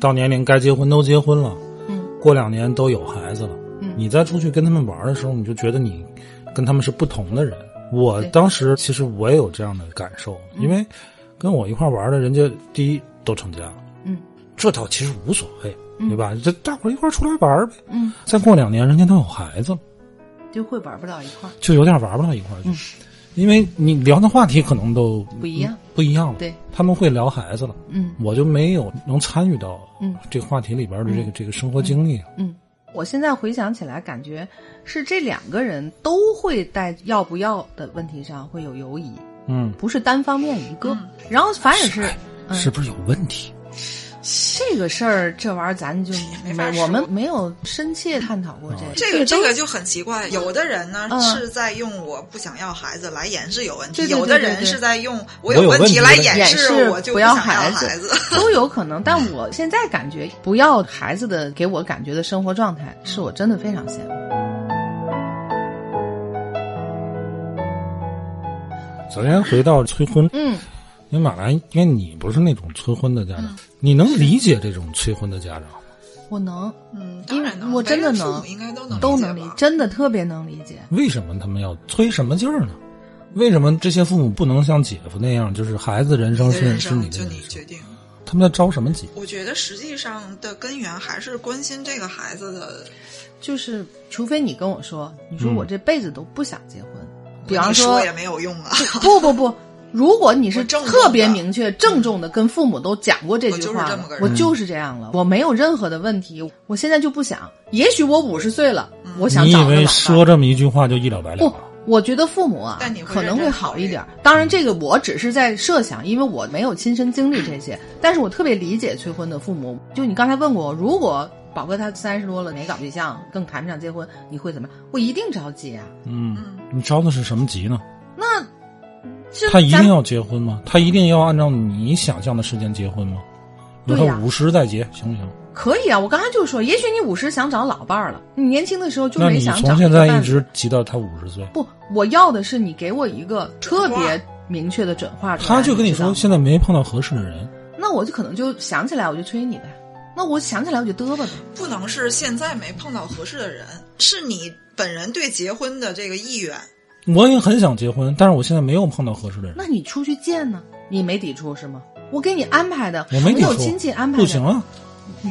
[SPEAKER 1] 到年龄该结婚都结婚了，
[SPEAKER 2] 嗯
[SPEAKER 1] 过两年都有孩子了，
[SPEAKER 2] 嗯
[SPEAKER 1] 你再出去跟他们玩的时候，你就觉得你跟他们是不同的人。我
[SPEAKER 2] 对嗯
[SPEAKER 1] 当时其实我也有这样的感受，因为跟我一块玩的人家第一都成家了，
[SPEAKER 2] 嗯
[SPEAKER 1] 这倒其实无所谓，对吧？这大伙儿一块儿出来玩呗。
[SPEAKER 2] 嗯，
[SPEAKER 1] 再过两年，人家都有孩子了，
[SPEAKER 2] 就会玩不到一块儿。
[SPEAKER 1] 就有点玩不到一块儿去，因为你聊的话题可能都
[SPEAKER 2] 嗯不一样
[SPEAKER 1] 嗯不一样了。
[SPEAKER 2] 对，
[SPEAKER 1] 他们会聊孩子了，
[SPEAKER 2] 嗯。
[SPEAKER 1] 我就没有能参与到
[SPEAKER 2] 嗯
[SPEAKER 1] 这个话题里边的这个、这个生活经历。
[SPEAKER 2] 我现在回想起来，感觉是这两个人都会在要不要的问题上会有犹疑，
[SPEAKER 1] 嗯，
[SPEAKER 2] 不是单方面一个。然后反而是嗯
[SPEAKER 1] 是不是有问题？
[SPEAKER 2] 这个事儿，这玩意儿咱就
[SPEAKER 3] 没法
[SPEAKER 2] 没
[SPEAKER 3] 说
[SPEAKER 2] 我们没有深切探讨过这个。
[SPEAKER 3] 哦这个这
[SPEAKER 2] 都
[SPEAKER 3] 个就很奇怪，有的人呢、
[SPEAKER 2] 嗯
[SPEAKER 3] 是在用我不想要孩子来掩饰有问题，
[SPEAKER 2] 对对对
[SPEAKER 3] 有的
[SPEAKER 2] 对
[SPEAKER 3] 人
[SPEAKER 2] 对
[SPEAKER 3] 是在用
[SPEAKER 1] 我
[SPEAKER 3] 我
[SPEAKER 1] 有
[SPEAKER 3] 问
[SPEAKER 1] 问题
[SPEAKER 3] 题来
[SPEAKER 1] 的
[SPEAKER 3] 掩
[SPEAKER 2] 掩饰
[SPEAKER 3] 我就
[SPEAKER 2] 不
[SPEAKER 3] 想
[SPEAKER 2] 要
[SPEAKER 3] 孩
[SPEAKER 2] 孩
[SPEAKER 3] 子。
[SPEAKER 2] 都有可能，但我现在感觉不要孩子的给我感觉的生活状态，是我真的非常羡慕。
[SPEAKER 1] 首先回到催婚，
[SPEAKER 2] 嗯，
[SPEAKER 1] 因为马兰，因为你不是那种催婚的家长，你能理解这种催婚的家长吗？
[SPEAKER 2] 我能
[SPEAKER 3] 嗯，
[SPEAKER 2] 因
[SPEAKER 3] 当
[SPEAKER 2] 为
[SPEAKER 3] 然能，
[SPEAKER 2] 我真的
[SPEAKER 3] 为人父
[SPEAKER 2] 能
[SPEAKER 3] 母应该都能
[SPEAKER 2] 都
[SPEAKER 3] 理解
[SPEAKER 2] 能理
[SPEAKER 3] 吧，
[SPEAKER 2] 真的特别能理解。
[SPEAKER 1] 为什么他们要催什么劲儿呢？为什么这些父母不能像姐夫那样，就是孩子的人生
[SPEAKER 3] 你的
[SPEAKER 1] 是
[SPEAKER 3] 人
[SPEAKER 1] 是你
[SPEAKER 3] 生
[SPEAKER 1] 的
[SPEAKER 3] 就
[SPEAKER 1] 人
[SPEAKER 3] 你
[SPEAKER 1] 生
[SPEAKER 3] 决？定。
[SPEAKER 1] 他们在着什么急？
[SPEAKER 3] 我觉得实际上的根源还是关心这个孩子的。
[SPEAKER 2] 就是除非你跟我说，你说
[SPEAKER 1] 嗯
[SPEAKER 2] 我这辈子都不想结婚，比
[SPEAKER 3] 你
[SPEAKER 2] 方
[SPEAKER 3] 说
[SPEAKER 2] 说
[SPEAKER 3] 也没有用啊， (laughs)
[SPEAKER 2] 不不不，如果你是
[SPEAKER 3] 我郑重
[SPEAKER 2] 特别
[SPEAKER 3] 地
[SPEAKER 2] 明确、郑重的跟父母都讲过这句
[SPEAKER 3] 我就是
[SPEAKER 2] 话
[SPEAKER 3] 这么
[SPEAKER 2] 了
[SPEAKER 3] 个人
[SPEAKER 2] 我就是这样了，我没有任何的问题，我现在就不想。也许我五十岁了，
[SPEAKER 3] 嗯
[SPEAKER 2] 我想
[SPEAKER 1] 你以
[SPEAKER 2] 找个老
[SPEAKER 1] 为
[SPEAKER 2] 伴
[SPEAKER 1] 说这么一句话就一了百了
[SPEAKER 2] 不？，我觉得父母啊，
[SPEAKER 3] 但你会
[SPEAKER 2] 可能
[SPEAKER 3] 认
[SPEAKER 2] 会
[SPEAKER 3] 真
[SPEAKER 2] 好
[SPEAKER 3] 考
[SPEAKER 2] 一
[SPEAKER 3] 虑
[SPEAKER 2] 点儿。当然，这个我只是在设想，因为我没有亲身经历这
[SPEAKER 3] 嗯
[SPEAKER 2] 些。但是我特别理解催婚的父母。就你刚才问过我，如果宝哥他三十多了没搞对象，更谈不上结婚，你会怎么样？我一定着急啊！
[SPEAKER 1] 嗯，
[SPEAKER 3] 嗯，
[SPEAKER 1] 你着的是什么急呢？
[SPEAKER 2] 那这
[SPEAKER 1] 他一
[SPEAKER 2] 咱
[SPEAKER 1] 定要结婚吗？他一定要按照你想象的时间结婚吗？比如
[SPEAKER 2] 对
[SPEAKER 1] 他
[SPEAKER 2] 呀
[SPEAKER 1] 五十再结，行不行？
[SPEAKER 2] 可以啊！我刚才就说，也许你五十想找老伴儿了，你年轻的时候就
[SPEAKER 1] 那
[SPEAKER 2] 没
[SPEAKER 1] 你
[SPEAKER 2] 想找
[SPEAKER 1] 从
[SPEAKER 2] 个
[SPEAKER 1] 现在
[SPEAKER 2] 伴
[SPEAKER 1] 一
[SPEAKER 2] 侣
[SPEAKER 1] 直急到他五十岁，
[SPEAKER 2] 不，我要的是你给我一个特
[SPEAKER 3] 准话
[SPEAKER 2] 别明确的准话出来。
[SPEAKER 1] 他就跟你
[SPEAKER 2] 知道
[SPEAKER 1] 说
[SPEAKER 2] 吗
[SPEAKER 1] 现在没碰到合适的人，
[SPEAKER 2] 那我就可能就想起来我就催你呗，那我想起来我就嘚吧呗。
[SPEAKER 3] 不能是现在没碰到合适的人，是你本人对结婚的这个意愿。
[SPEAKER 1] 我也很想结婚，但是我现在没有碰到合适的人
[SPEAKER 2] 那，你出去见呢？你没抵触是吗？我给你安排的，
[SPEAKER 1] 我没
[SPEAKER 2] 我
[SPEAKER 1] 你
[SPEAKER 2] 有
[SPEAKER 1] 说
[SPEAKER 2] 亲戚安排的，
[SPEAKER 1] 不行，啊！
[SPEAKER 2] (laughs)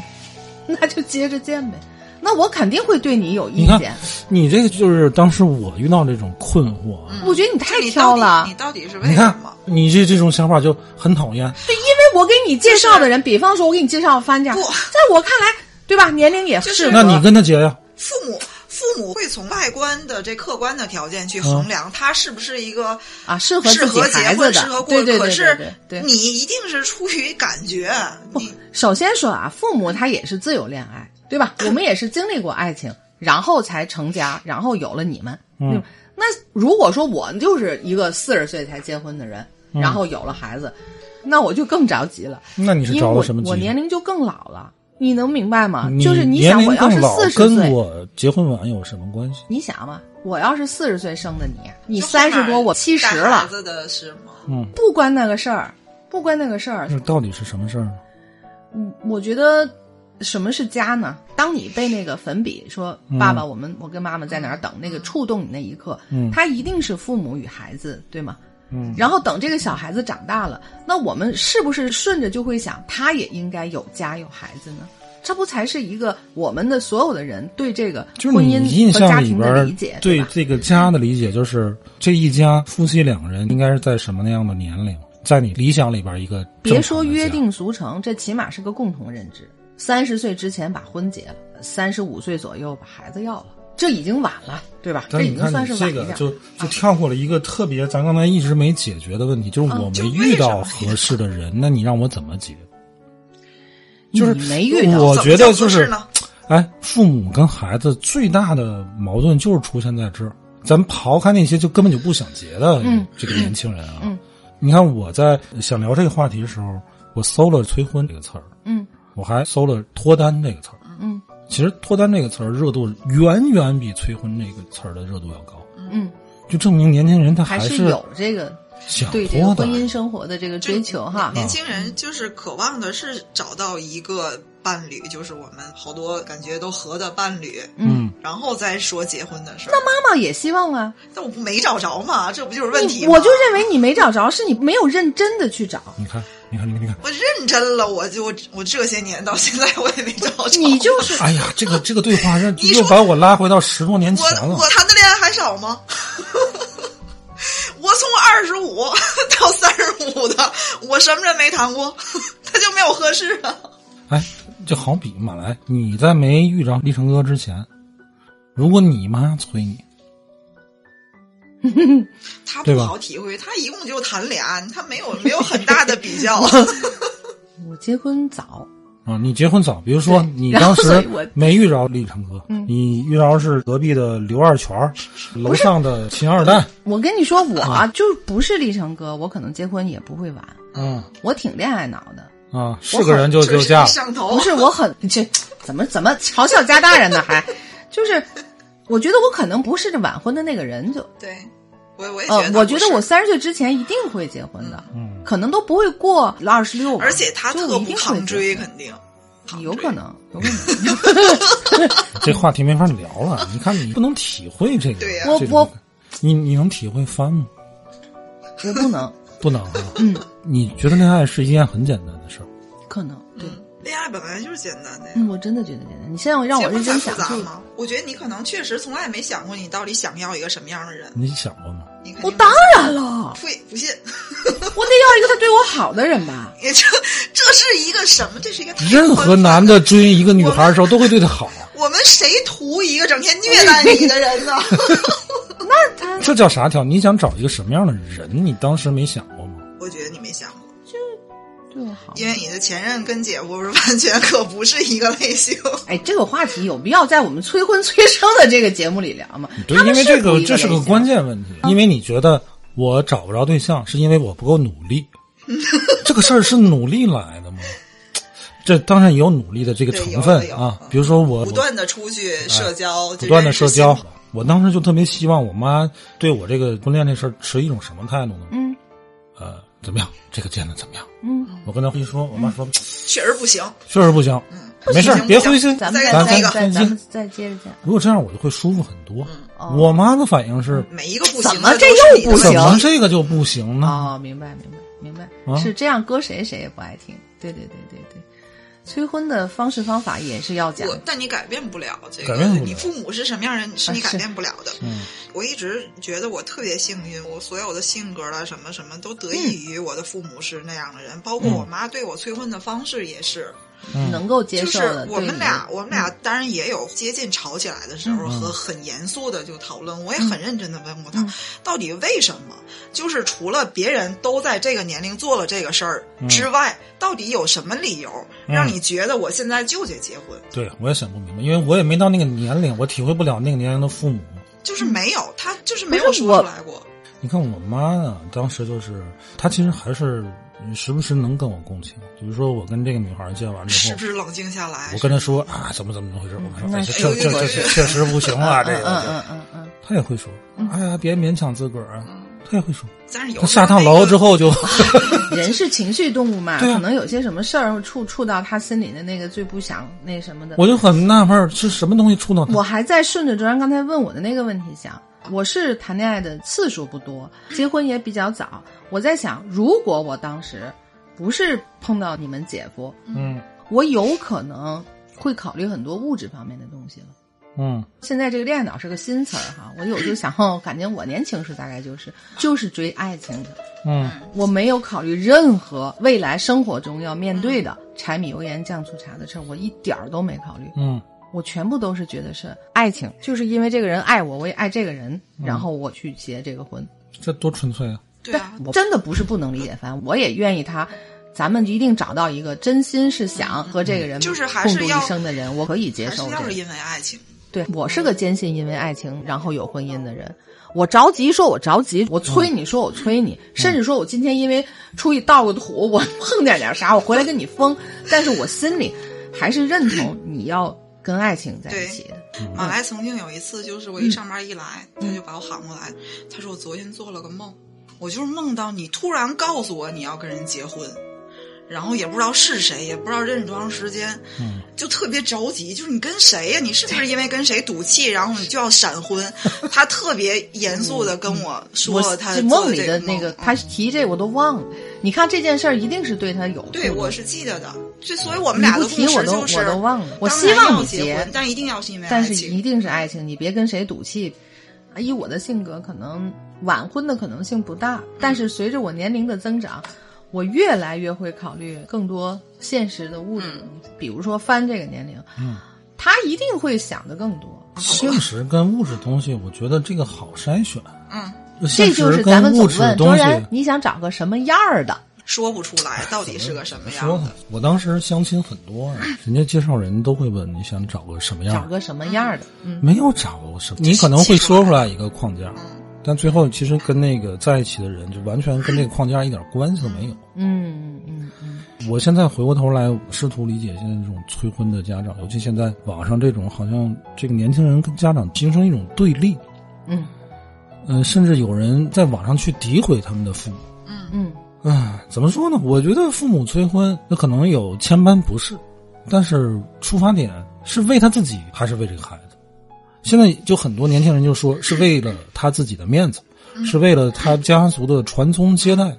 [SPEAKER 2] 那就接着见呗。那我肯定会对你有意
[SPEAKER 1] 你看
[SPEAKER 2] 见，
[SPEAKER 1] 你这个就是当时我遇到这种困惑啊，
[SPEAKER 2] 我觉得你太
[SPEAKER 3] 就你
[SPEAKER 2] 挑
[SPEAKER 3] 到
[SPEAKER 2] 了
[SPEAKER 3] 底，你。到底
[SPEAKER 2] 嗯
[SPEAKER 3] 是为
[SPEAKER 1] 你
[SPEAKER 3] 什
[SPEAKER 1] 看
[SPEAKER 3] 么？
[SPEAKER 1] 你这这种想法就很讨厌。
[SPEAKER 2] 对，因为我给你介绍的人，比方说我给你介绍番家，
[SPEAKER 3] 不
[SPEAKER 2] 在我看来，对吧？年龄也
[SPEAKER 3] 就是
[SPEAKER 2] 适
[SPEAKER 1] 那
[SPEAKER 2] 合。
[SPEAKER 1] 你跟他结呀？
[SPEAKER 3] 父母父母会从外观的这客观的条件去衡量他是不是一个
[SPEAKER 2] 啊适合
[SPEAKER 3] 适
[SPEAKER 2] 自己
[SPEAKER 3] 合结
[SPEAKER 2] 孩
[SPEAKER 3] 婚、
[SPEAKER 2] 子
[SPEAKER 3] 适
[SPEAKER 2] 的
[SPEAKER 3] 合过。
[SPEAKER 2] 对对对
[SPEAKER 3] 可
[SPEAKER 2] 对
[SPEAKER 3] 是
[SPEAKER 2] 对对
[SPEAKER 3] 你一定是出于感觉，你
[SPEAKER 2] 首先说啊，父母他也是自由恋爱，
[SPEAKER 1] (laughs)
[SPEAKER 2] 对吧？我们也是经历过爱情，然后才成家，然后有了你们。
[SPEAKER 1] 嗯
[SPEAKER 2] 对吧那如果说我就是一个四十岁才结婚的人，
[SPEAKER 1] 嗯
[SPEAKER 2] 然后有了孩子，那我就更着急了。
[SPEAKER 1] 那你是
[SPEAKER 2] 因为
[SPEAKER 1] 着
[SPEAKER 2] 我
[SPEAKER 1] 了什么急？
[SPEAKER 2] 我年龄就更老了，你能明白吗？
[SPEAKER 1] 你
[SPEAKER 2] 就是你
[SPEAKER 1] 年
[SPEAKER 2] 想，
[SPEAKER 1] 龄
[SPEAKER 2] 我要是
[SPEAKER 1] 更老
[SPEAKER 2] 四十
[SPEAKER 1] 跟
[SPEAKER 2] 岁，
[SPEAKER 1] 我结婚晚有什么关系？
[SPEAKER 2] 你想嘛，我要是四十岁生的你，你
[SPEAKER 3] 你
[SPEAKER 2] 三十多，我七十了
[SPEAKER 3] 孩，子的是吗？
[SPEAKER 1] 嗯，
[SPEAKER 2] 不关那个事儿，不关那个事儿，
[SPEAKER 1] 那到底是什么事儿呢？
[SPEAKER 2] 嗯，我觉得什么是家呢？当你被那个粉笔说“爸爸，我们我跟妈妈在哪儿等”那个触动你那一刻，
[SPEAKER 1] 嗯
[SPEAKER 2] 他一定是父母与孩子，对吗？
[SPEAKER 1] 嗯，
[SPEAKER 2] 然后等这个小孩子长大了，那我们是不是顺着就会想，他也应该有家有孩子呢？这不才是一个我们的所有的人对这个
[SPEAKER 1] 就是
[SPEAKER 2] 婚
[SPEAKER 1] 你印
[SPEAKER 2] 姻和家
[SPEAKER 1] 象里
[SPEAKER 2] 庭
[SPEAKER 1] 边
[SPEAKER 2] 的
[SPEAKER 1] 儿
[SPEAKER 2] 理解，
[SPEAKER 1] 对
[SPEAKER 2] 吧？
[SPEAKER 1] 这个家的理解，就是这一家夫妻两人应该是在什么那样的年龄，在你理想里边一个
[SPEAKER 2] 别
[SPEAKER 1] 正常的
[SPEAKER 2] 说约
[SPEAKER 1] 家，
[SPEAKER 2] 定俗成，这起码是个共同认知。三十岁之前把婚结了，三十五岁左右把孩子要了，这已经晚了，对吧？这
[SPEAKER 1] 但
[SPEAKER 2] 已
[SPEAKER 1] 你
[SPEAKER 2] 经
[SPEAKER 1] 看
[SPEAKER 2] 算是
[SPEAKER 1] 你
[SPEAKER 2] 晚
[SPEAKER 1] 这
[SPEAKER 2] 一
[SPEAKER 1] 个
[SPEAKER 2] 点。
[SPEAKER 1] 就就跳过了一个特别咱刚才一直没解决的问题，就是
[SPEAKER 2] 啊
[SPEAKER 1] 我
[SPEAKER 3] 就
[SPEAKER 1] 没
[SPEAKER 3] 为
[SPEAKER 1] 遇
[SPEAKER 3] 什
[SPEAKER 1] 到
[SPEAKER 3] 么
[SPEAKER 1] 合适的人，那你让我怎么解？就是
[SPEAKER 2] 嗯你没遇到，
[SPEAKER 1] 我
[SPEAKER 3] 怎么
[SPEAKER 1] 觉得
[SPEAKER 3] 叫
[SPEAKER 1] 就
[SPEAKER 3] 合
[SPEAKER 1] 是
[SPEAKER 3] 适呢
[SPEAKER 1] 哎，父母跟孩子最大的矛盾就是出现在这儿。咱刨开那些就根本就不想结的
[SPEAKER 2] 嗯
[SPEAKER 1] 这个年轻人啊，
[SPEAKER 2] 嗯
[SPEAKER 1] 你看我在想聊这个话题的时候，我搜了“催婚”这个词儿，
[SPEAKER 2] 嗯
[SPEAKER 1] 我还搜了“脱单”这个词儿。
[SPEAKER 2] 嗯
[SPEAKER 1] 其实“脱单”这个词儿热度远远比“催婚”这个词儿的热度要高，
[SPEAKER 2] 嗯，
[SPEAKER 1] 就证明年轻人他
[SPEAKER 2] 还
[SPEAKER 1] 是
[SPEAKER 2] 有这个
[SPEAKER 1] 想
[SPEAKER 2] 对这
[SPEAKER 1] 脱
[SPEAKER 2] 个
[SPEAKER 1] 单
[SPEAKER 2] 婚。姻嗯生活的这个追求哈。
[SPEAKER 3] 年轻人就是渴望的是找到一个伴侣，就是我们好多感觉都合的伴侣，
[SPEAKER 1] 嗯，
[SPEAKER 3] 然后再说结婚的事儿。
[SPEAKER 2] 妈妈也希望啊，
[SPEAKER 3] 但我没找着嘛，这不就是问题
[SPEAKER 2] 你
[SPEAKER 3] 吗？
[SPEAKER 2] 我就认为你没找着，是你没有认真的去找。
[SPEAKER 1] 你看，你看，你看，你看，
[SPEAKER 3] 我认真了，我就我我这些年到现在我也没找着。
[SPEAKER 2] 你
[SPEAKER 1] (laughs)
[SPEAKER 2] 就是
[SPEAKER 1] 哎呀，这个这个对话
[SPEAKER 2] (laughs)
[SPEAKER 1] 让
[SPEAKER 3] 你
[SPEAKER 1] 又
[SPEAKER 3] 说
[SPEAKER 1] 把我拉回到十多年
[SPEAKER 3] 我
[SPEAKER 1] 前了
[SPEAKER 3] 我。谈的恋爱还少吗？ (laughs) 我从二十五到三十五的，我什么人没谈过， (laughs) 他就没有合适啊的。
[SPEAKER 1] 哎，就好比马来，你在没遇着立成哥之前，如果你妈催你，
[SPEAKER 3] 他
[SPEAKER 1] 对
[SPEAKER 3] 不
[SPEAKER 1] 吧
[SPEAKER 3] 好体会，他一共就谈俩，他没有没有很大的比
[SPEAKER 1] (laughs)
[SPEAKER 3] 较。
[SPEAKER 2] 我结婚早，
[SPEAKER 1] 啊，你结婚早，比如说
[SPEAKER 2] 对
[SPEAKER 1] 你
[SPEAKER 2] 然后
[SPEAKER 1] 当时
[SPEAKER 2] 所以我
[SPEAKER 1] 没遇着立成哥，
[SPEAKER 2] 嗯
[SPEAKER 1] 你遇着是隔壁的刘二全儿，楼上的秦二蛋，
[SPEAKER 2] 我跟你说，我啊就不是立成哥，我可能结婚也不会晚，
[SPEAKER 1] 嗯
[SPEAKER 2] 我挺恋爱脑的。
[SPEAKER 1] 啊，是个人就就嫁了。
[SPEAKER 3] 上头
[SPEAKER 2] 不是我
[SPEAKER 3] (laughs)
[SPEAKER 2] 很这怎么怎么嘲笑家大人呢？还就是，我觉得我可能不是这晚婚的那个人就，
[SPEAKER 3] 对，我我也哎觉
[SPEAKER 2] 呃
[SPEAKER 3] 得、，
[SPEAKER 2] 我觉得我，三十岁之前一定会结婚的，
[SPEAKER 1] 嗯
[SPEAKER 2] 可能都不会过了二十六，
[SPEAKER 3] 而且他
[SPEAKER 2] 就
[SPEAKER 3] 特
[SPEAKER 2] 一
[SPEAKER 3] 不
[SPEAKER 2] 定会
[SPEAKER 3] 抗追，
[SPEAKER 2] 结婚
[SPEAKER 3] 肯定
[SPEAKER 2] 有可能，有
[SPEAKER 3] (laughs)
[SPEAKER 2] 可能。
[SPEAKER 1] 这话题没法聊了，你看你不能体会这个，
[SPEAKER 3] 对呀
[SPEAKER 1] 这种
[SPEAKER 2] 嗯我我
[SPEAKER 1] 你你能体会翻吗？
[SPEAKER 2] 我不能，
[SPEAKER 1] 不能啊，嗯，你觉得恋爱是一件很简单的事儿，
[SPEAKER 2] 可能对，
[SPEAKER 3] 恋爱本来就是简单的呀。
[SPEAKER 6] 嗯，我真的觉得简单。你现在让
[SPEAKER 3] 结
[SPEAKER 6] 我认
[SPEAKER 3] 婚才
[SPEAKER 6] 真
[SPEAKER 3] 复
[SPEAKER 6] 想，
[SPEAKER 3] 杂
[SPEAKER 6] 就
[SPEAKER 3] 吗？我觉得你可能确实从来没想过你到底想要一个什么样的人。
[SPEAKER 1] 你想过吗？
[SPEAKER 3] 你肯
[SPEAKER 6] 我
[SPEAKER 3] 定
[SPEAKER 6] 当然了，
[SPEAKER 3] 呸，不信，
[SPEAKER 6] 我得要一个他对我好的人吧。
[SPEAKER 3] 也就这是一个什么？这是一个太
[SPEAKER 1] 任
[SPEAKER 3] 宽
[SPEAKER 1] 何
[SPEAKER 3] 泛
[SPEAKER 1] 男的追一个女
[SPEAKER 3] 我
[SPEAKER 1] 孩的时候都会对她好，
[SPEAKER 3] 我们谁图一个整天 (laughs) 虐待你的 (laughs)
[SPEAKER 2] (laughs)
[SPEAKER 3] 人呢？
[SPEAKER 1] 这叫啥条？你想找一个什么样的人？你当时没想过吗？
[SPEAKER 3] 我觉得你没想过，
[SPEAKER 6] 对我好。
[SPEAKER 3] 因为你的前任跟姐夫是完全可不是一个类型。
[SPEAKER 2] 哎，这个话题有必要在我们催婚催生的这个节目里聊吗？
[SPEAKER 1] 对，
[SPEAKER 2] 他
[SPEAKER 1] 因
[SPEAKER 2] 们
[SPEAKER 1] 为这
[SPEAKER 2] 不
[SPEAKER 1] 个
[SPEAKER 2] 一
[SPEAKER 1] 这是
[SPEAKER 2] 类
[SPEAKER 1] 个
[SPEAKER 2] 型
[SPEAKER 1] 关键问题，
[SPEAKER 3] 嗯
[SPEAKER 1] 因为你觉得我找不着对象，是因为我不够努
[SPEAKER 3] (laughs)
[SPEAKER 1] 力，这个事儿是努力来的吗？这当然也有努力的这个
[SPEAKER 3] 对
[SPEAKER 1] 成
[SPEAKER 3] 有
[SPEAKER 1] 分
[SPEAKER 3] 的有
[SPEAKER 1] 啊
[SPEAKER 3] 嗯，
[SPEAKER 1] 比如说我
[SPEAKER 3] 不断的出去社交，
[SPEAKER 1] 哎不断的
[SPEAKER 3] 就
[SPEAKER 1] 社
[SPEAKER 3] 认识
[SPEAKER 1] 交
[SPEAKER 3] 新，
[SPEAKER 1] 我当时就特别希望我妈对我这个婚恋这事儿持一种什么态度呢？
[SPEAKER 6] 嗯
[SPEAKER 1] 呃，怎么样？这个见的怎么样？
[SPEAKER 6] 嗯，
[SPEAKER 1] 我跟她一说，我妈说
[SPEAKER 3] 确实不行。
[SPEAKER 1] 确实不行，没事
[SPEAKER 3] 嗯不
[SPEAKER 1] 儿
[SPEAKER 3] 行
[SPEAKER 1] 别
[SPEAKER 3] 不行
[SPEAKER 1] 灰心，
[SPEAKER 6] 咱
[SPEAKER 1] 咱
[SPEAKER 6] 们
[SPEAKER 3] 再
[SPEAKER 6] 咱
[SPEAKER 1] 咱
[SPEAKER 3] 再一个
[SPEAKER 6] 再
[SPEAKER 1] 再
[SPEAKER 6] 咱
[SPEAKER 1] 见
[SPEAKER 6] 们。再接着讲。
[SPEAKER 1] 如果这样，我就会舒服很多。
[SPEAKER 6] 哦
[SPEAKER 1] 我妈的反应是。
[SPEAKER 3] 每一个不行的
[SPEAKER 6] 怎么
[SPEAKER 3] 都
[SPEAKER 6] 这
[SPEAKER 3] 是
[SPEAKER 6] 又
[SPEAKER 3] 你的
[SPEAKER 6] 不
[SPEAKER 3] 问
[SPEAKER 1] 怎
[SPEAKER 3] 题
[SPEAKER 6] 行
[SPEAKER 1] 么这个就不行呢？
[SPEAKER 2] 哦，明白明白明白，
[SPEAKER 1] 啊
[SPEAKER 2] 是这样，搁谁谁也不爱听。对对对对对，催婚的方式方法也是要讲
[SPEAKER 3] 我，但你改变不了这
[SPEAKER 1] 改
[SPEAKER 3] 个
[SPEAKER 1] 变不了，
[SPEAKER 3] 你父母是什么样的人是你改变不了的。
[SPEAKER 1] 嗯，
[SPEAKER 3] 我一直觉得我特别幸运，我所有的性格啦什么什么都得益
[SPEAKER 1] 嗯
[SPEAKER 3] 于我的父母是那样的人，包括我妈对我催婚的方式也是，
[SPEAKER 1] 嗯
[SPEAKER 2] 能够接
[SPEAKER 3] 就
[SPEAKER 2] 受
[SPEAKER 3] 是
[SPEAKER 2] 的。
[SPEAKER 3] 我
[SPEAKER 2] 对嗯
[SPEAKER 3] 们
[SPEAKER 2] 你
[SPEAKER 3] 俩，我们俩当然也有接近吵起来的时
[SPEAKER 2] 嗯
[SPEAKER 3] 候和很严肃的就讨论，我也很认真的问过
[SPEAKER 2] 嗯
[SPEAKER 3] 他，到底为什么？就是除了别人都在这个年龄做了这个事儿
[SPEAKER 2] 嗯
[SPEAKER 3] 之外，到底有什么理由让你觉得我现在就得结婚？
[SPEAKER 1] 对，我也想不明白，因为我也没到那个年龄，我体会不了那个年龄的父母。
[SPEAKER 3] 就是没有，他就是没有
[SPEAKER 2] 嗯不是
[SPEAKER 3] 说
[SPEAKER 2] 我
[SPEAKER 3] 出来过。
[SPEAKER 1] 你看我妈呢，当时就是她其实还是时不时能跟我共情，比如说我跟这个女孩见完之
[SPEAKER 3] 是
[SPEAKER 1] 后
[SPEAKER 3] 不，是冷静下来？
[SPEAKER 1] 我跟她说啊，怎么怎么怎么回事，我说
[SPEAKER 6] 那
[SPEAKER 1] 哎，这
[SPEAKER 3] 是
[SPEAKER 1] 这这这确实不行啊，这
[SPEAKER 2] 嗯
[SPEAKER 1] 个，
[SPEAKER 2] 嗯嗯嗯
[SPEAKER 1] 她也会说，哎呀，别勉强自个儿啊，她也会说，
[SPEAKER 3] 但是有
[SPEAKER 1] 她下趟楼之
[SPEAKER 3] 后，
[SPEAKER 1] 后就，
[SPEAKER 2] 嗯，人是情绪动物嘛，
[SPEAKER 1] 对啊。
[SPEAKER 2] 可能有些什么事儿会触触到他心里的那个最不想那什么的
[SPEAKER 1] 我就很纳闷儿，是什么东西触 (laughs) 动她？
[SPEAKER 2] 我还在顺着卓然刚才问我的那个问题想，我是谈恋爱的次数不多，结婚也比较早。我在想，如果我当时不是碰到你们姐夫，
[SPEAKER 1] 嗯
[SPEAKER 2] 我有可能会考虑很多物质方面的东西了。
[SPEAKER 1] 嗯，
[SPEAKER 2] 现在这个恋爱脑是个新词儿哈，我有时候想，哦，感觉我年轻时大概就是就是追爱情的，
[SPEAKER 1] 嗯，
[SPEAKER 2] 我没有考虑任何未来生活中要面对的柴米油盐酱醋茶的事儿，我一点儿都没考虑，
[SPEAKER 1] 嗯，
[SPEAKER 2] 我全部都是觉得是爱情，就是因为这个人爱我，我也爱这个人，然后我去结这个婚。
[SPEAKER 1] 这多纯粹啊！
[SPEAKER 3] 对啊，
[SPEAKER 2] 我真的不是不能理解，反正我也愿意他。咱们一定找到一个真心是想和这个人
[SPEAKER 3] 嗯就是还
[SPEAKER 2] 共
[SPEAKER 3] 是
[SPEAKER 2] 度一
[SPEAKER 3] 要
[SPEAKER 2] 生的人，我可以接
[SPEAKER 3] 还是
[SPEAKER 2] 受。这
[SPEAKER 3] 要嗯
[SPEAKER 2] 个。
[SPEAKER 3] 是因为爱情，
[SPEAKER 2] 对我是个坚信因为爱情然后有婚姻的人。我着急说，我着急，我催你说，我催你，甚至说我今天因为出去倒个土，我 (laughs) 碰见点啥，我回来跟你疯。但是我心里还是认同你要跟爱情在一起的。
[SPEAKER 3] 马来曾经有一次，就是
[SPEAKER 2] 嗯
[SPEAKER 3] 我一上班一来，他就把我喊过来，他说我昨天做了个梦，我就是梦到你突然告诉我你要跟人结婚，然后也不知道是谁，也不知道认识多长时间，
[SPEAKER 1] 嗯
[SPEAKER 3] 就特别着急，就是你跟谁呀、你是不是因为跟谁赌气，然后你就要闪婚？他特别严肃的跟我说
[SPEAKER 2] 嗯我
[SPEAKER 3] 了他
[SPEAKER 2] 这
[SPEAKER 3] 做
[SPEAKER 2] 梦里
[SPEAKER 3] 这
[SPEAKER 2] 的
[SPEAKER 3] 个
[SPEAKER 2] 那个，
[SPEAKER 3] 梦嗯
[SPEAKER 2] 他提这我都忘了。你看这件事儿一定是对他有
[SPEAKER 3] 对，
[SPEAKER 2] 处的
[SPEAKER 3] 我是记得的，就所以我们
[SPEAKER 2] 你
[SPEAKER 3] 俩
[SPEAKER 2] 不
[SPEAKER 3] 的
[SPEAKER 2] 提
[SPEAKER 3] 共
[SPEAKER 2] 我
[SPEAKER 3] 识
[SPEAKER 2] 都
[SPEAKER 3] 就是，
[SPEAKER 2] 我都忘了。我
[SPEAKER 3] 当
[SPEAKER 2] 希
[SPEAKER 3] 然
[SPEAKER 2] 望
[SPEAKER 3] 要
[SPEAKER 2] 你
[SPEAKER 3] 结
[SPEAKER 2] 结
[SPEAKER 3] 婚，，但一定要是因为爱
[SPEAKER 2] 但是
[SPEAKER 3] 情。
[SPEAKER 2] 一定是爱情，你别跟谁赌气。以我的性格，可能晚婚的可能性不大，
[SPEAKER 3] 嗯
[SPEAKER 2] 但是随着我年龄的增长，我越来越会考虑更多现实的物质的东西，
[SPEAKER 3] 嗯
[SPEAKER 2] 比如说翻这个年龄，
[SPEAKER 1] 嗯，
[SPEAKER 2] 他一定会想的更多。
[SPEAKER 1] 现实跟物质东西，我觉得这个好筛选。
[SPEAKER 3] 嗯，
[SPEAKER 2] 这
[SPEAKER 1] 现
[SPEAKER 2] 就
[SPEAKER 1] 实
[SPEAKER 2] 是咱
[SPEAKER 1] 跟
[SPEAKER 2] 们
[SPEAKER 1] 物
[SPEAKER 2] 总
[SPEAKER 1] 质
[SPEAKER 2] 问周
[SPEAKER 1] 东西，
[SPEAKER 2] 然，你想找个什么样儿的？
[SPEAKER 3] 说不出来到底是个什么样
[SPEAKER 1] 说
[SPEAKER 3] 的。
[SPEAKER 1] 我当时相亲很多
[SPEAKER 2] (laughs)
[SPEAKER 1] 啊，人家介绍人都会问你想找个什么
[SPEAKER 2] 找
[SPEAKER 1] 样，
[SPEAKER 2] 个什么样儿的？嗯，
[SPEAKER 1] 没有找过什么，你可能会说出来一个框架，但最后其实跟那个在一起的人就完全跟这个框架一点关系都没有。
[SPEAKER 2] 嗯嗯嗯，
[SPEAKER 1] 我现在回过头来试图理解现在这种催婚的家长，尤其现在网上这种好像这个年轻人跟家长形成一种对立，
[SPEAKER 2] 嗯
[SPEAKER 1] 嗯、甚至有人在网上去诋毁他们的父母。
[SPEAKER 2] 嗯
[SPEAKER 1] 唉，怎么说呢？我觉得父母催婚，那可能有千般不是，但是出发点是为他自己，还是为这个孩子？现在就很多年轻人就说是为了他自己的面子，是为了他家族的传宗接代，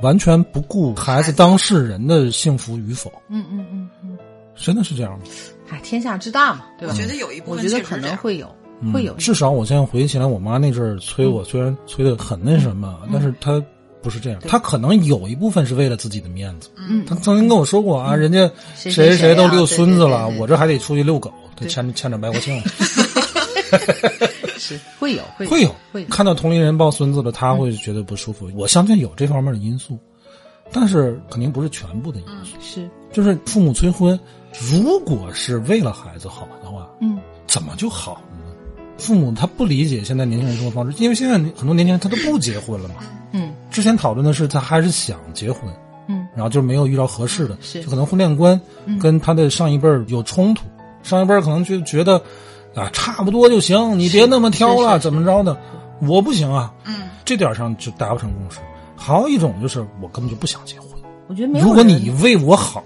[SPEAKER 1] 完全不顾孩子当事人的幸福与否。
[SPEAKER 2] 嗯嗯嗯嗯，
[SPEAKER 1] 真的是这样吗？
[SPEAKER 2] 哎，天下之大嘛，对吧？
[SPEAKER 3] 我觉得有一部
[SPEAKER 2] 嗯我
[SPEAKER 3] 分
[SPEAKER 2] 觉得
[SPEAKER 3] 确实
[SPEAKER 2] 可
[SPEAKER 3] 是这
[SPEAKER 2] 能
[SPEAKER 3] 样
[SPEAKER 2] 会有，
[SPEAKER 1] 嗯
[SPEAKER 2] 会有。
[SPEAKER 1] 至少我现在回忆起来，我妈那阵儿催我，虽然催的很那什
[SPEAKER 2] 嗯
[SPEAKER 1] 么，但是她不是这样，她可能有一部分是为了自己的面子。
[SPEAKER 2] 嗯
[SPEAKER 1] 她曾经跟我说过啊，人家
[SPEAKER 2] 谁谁
[SPEAKER 1] 谁
[SPEAKER 2] 谁
[SPEAKER 1] 都
[SPEAKER 2] 啊
[SPEAKER 1] 遛
[SPEAKER 2] 对
[SPEAKER 1] 孙子
[SPEAKER 2] 对
[SPEAKER 1] 了，
[SPEAKER 2] 对对
[SPEAKER 1] 我这还得出去遛狗，她牵着牵着白国庆。
[SPEAKER 2] 是会有， (laughs) 会
[SPEAKER 1] 会有
[SPEAKER 2] 会有。
[SPEAKER 1] 看到同龄人抱孙子的，他会觉得不舒服。我相信有这方面的因素，但是肯定不是全部的因素。
[SPEAKER 2] 是，
[SPEAKER 1] 就是父母催婚，如果是为了孩子好的话，
[SPEAKER 2] 嗯，
[SPEAKER 1] 怎么就好了呢？父母他不理解现在年轻人生活方式，因为现在很多年轻人他都不结婚了嘛。
[SPEAKER 2] 嗯
[SPEAKER 1] 之前讨论的是他还是想结婚，
[SPEAKER 2] 嗯，
[SPEAKER 1] 然后就是没有遇到合适的，
[SPEAKER 2] 是嗯
[SPEAKER 1] 就可能婚恋观跟他的上一辈儿有冲突，上一辈儿可能就觉得啊差不多就行，你别那么挑
[SPEAKER 2] 是是
[SPEAKER 1] 了，
[SPEAKER 2] 是
[SPEAKER 1] 怎么着的，我不行啊，
[SPEAKER 3] 嗯，
[SPEAKER 1] 这点儿上就达不成共识。还有一种就是我根本就不想结婚，
[SPEAKER 2] 我觉得没有。
[SPEAKER 1] 如果你，为我好，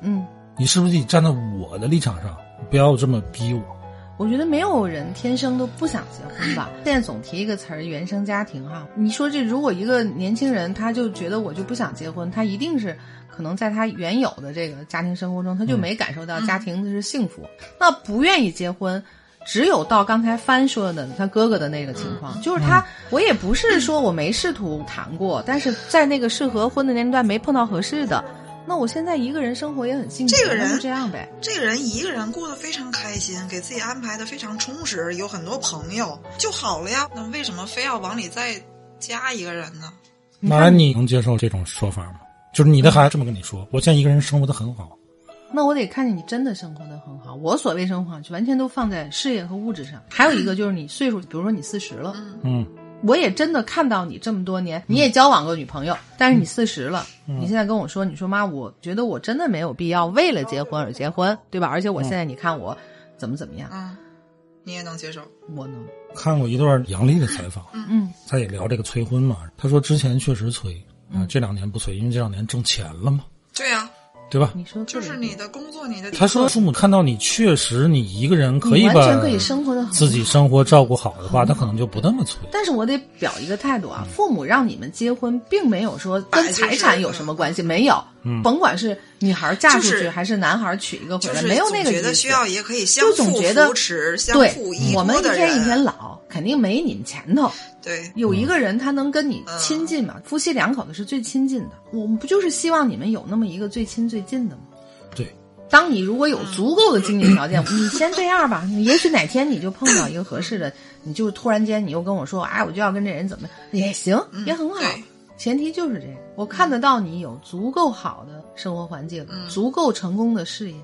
[SPEAKER 2] 嗯，
[SPEAKER 1] 你是不是得站在我的立场上，不要这么逼我？
[SPEAKER 2] 我觉得没有人天生都不想结婚
[SPEAKER 3] (laughs)
[SPEAKER 2] 吧。现在总提一个词儿“原生家庭”哈，你说这如果一个年轻人他就觉得我就不想结婚，他一定是可能在他原有的这个家庭生活中，他就没感受到家庭的是幸福，
[SPEAKER 3] 嗯
[SPEAKER 2] 那不愿意结婚。只有到刚才帆说的他哥哥的那个情
[SPEAKER 3] 嗯
[SPEAKER 2] 况，就是他，我也不是说我没试图谈
[SPEAKER 3] 嗯
[SPEAKER 2] 过，但是在那个适合婚的年龄段没碰到合适的，那我现在一个人生活也很幸福，
[SPEAKER 3] 这个人
[SPEAKER 2] 那就这样呗。
[SPEAKER 3] 这个人一个人过得非常开心，给自己安排的非常充实，有很多朋友就好了呀。那为什么非要往里再加一个人呢？
[SPEAKER 1] 那你能接受这种说法吗？就是你的孩子这么跟你说，我现在一个人生活的很好，
[SPEAKER 2] 那我得看见你真的生活的很好。我所谓生活好，就完全都放在事业和物质上。还有一个就是你岁数，比如说你四十了，
[SPEAKER 1] 嗯，
[SPEAKER 2] 我也真的看到你这么多年，你也交往过女朋友，但是
[SPEAKER 1] 嗯
[SPEAKER 2] 你四十了，你现在跟我说，你说妈，我觉得我真的没有必要为了结婚而结婚，对吧？而且我
[SPEAKER 1] 嗯
[SPEAKER 2] 现在你看我怎么怎么样，
[SPEAKER 3] 嗯，你也能接受？
[SPEAKER 2] 我能，
[SPEAKER 1] 看过一段杨笠的采访，
[SPEAKER 2] 嗯
[SPEAKER 1] 他也聊这个催婚嘛。他说之前确实催
[SPEAKER 2] 嗯
[SPEAKER 1] 啊，这两年不催，因为这两年挣钱了嘛，
[SPEAKER 3] 对呀、
[SPEAKER 1] 对吧？
[SPEAKER 2] 你说对
[SPEAKER 3] 就是你的工作，你的
[SPEAKER 1] 他说父母看到你确实你一个人可以
[SPEAKER 2] 你完
[SPEAKER 1] 把
[SPEAKER 2] 全可以生活的很好
[SPEAKER 1] 自己生活照顾好的话，他可能就不那么催。
[SPEAKER 2] 但是我得表一个态度
[SPEAKER 3] 嗯
[SPEAKER 2] 啊，父母让你们结婚，并没有说跟财产有什么关系，没有，甭管是女孩嫁出
[SPEAKER 3] 嗯就是
[SPEAKER 2] 去还是男孩娶一个回
[SPEAKER 3] 就
[SPEAKER 2] 来，
[SPEAKER 3] 是
[SPEAKER 2] 没有那个
[SPEAKER 3] 总
[SPEAKER 2] 意
[SPEAKER 3] 觉
[SPEAKER 2] 思
[SPEAKER 3] 得需要也可以相
[SPEAKER 2] 就总
[SPEAKER 3] 互
[SPEAKER 2] 觉得
[SPEAKER 3] 扶持、相
[SPEAKER 2] 对
[SPEAKER 3] 互依，
[SPEAKER 2] 我们
[SPEAKER 3] 托
[SPEAKER 2] 一
[SPEAKER 3] 的人。嗯
[SPEAKER 2] 天一天老，肯定没你们前头。
[SPEAKER 3] 对，
[SPEAKER 2] 有一个人他能跟你亲近
[SPEAKER 3] 嗯
[SPEAKER 2] 嘛？夫妻两口子是最亲近的，我们不就是希望你们有那么一个最亲最近的吗？
[SPEAKER 1] 对，
[SPEAKER 2] 当你如果有足够的经济条
[SPEAKER 3] 嗯
[SPEAKER 2] 件，你先这样吧。 (laughs) 你也许哪天你就碰到一个合适的，你就突然间你又跟我说，哎，我就要跟这人怎么也行，也很好。
[SPEAKER 3] 嗯对
[SPEAKER 2] 前提就是这样，我看得到你有足够好的生活环境，足够成功的事业，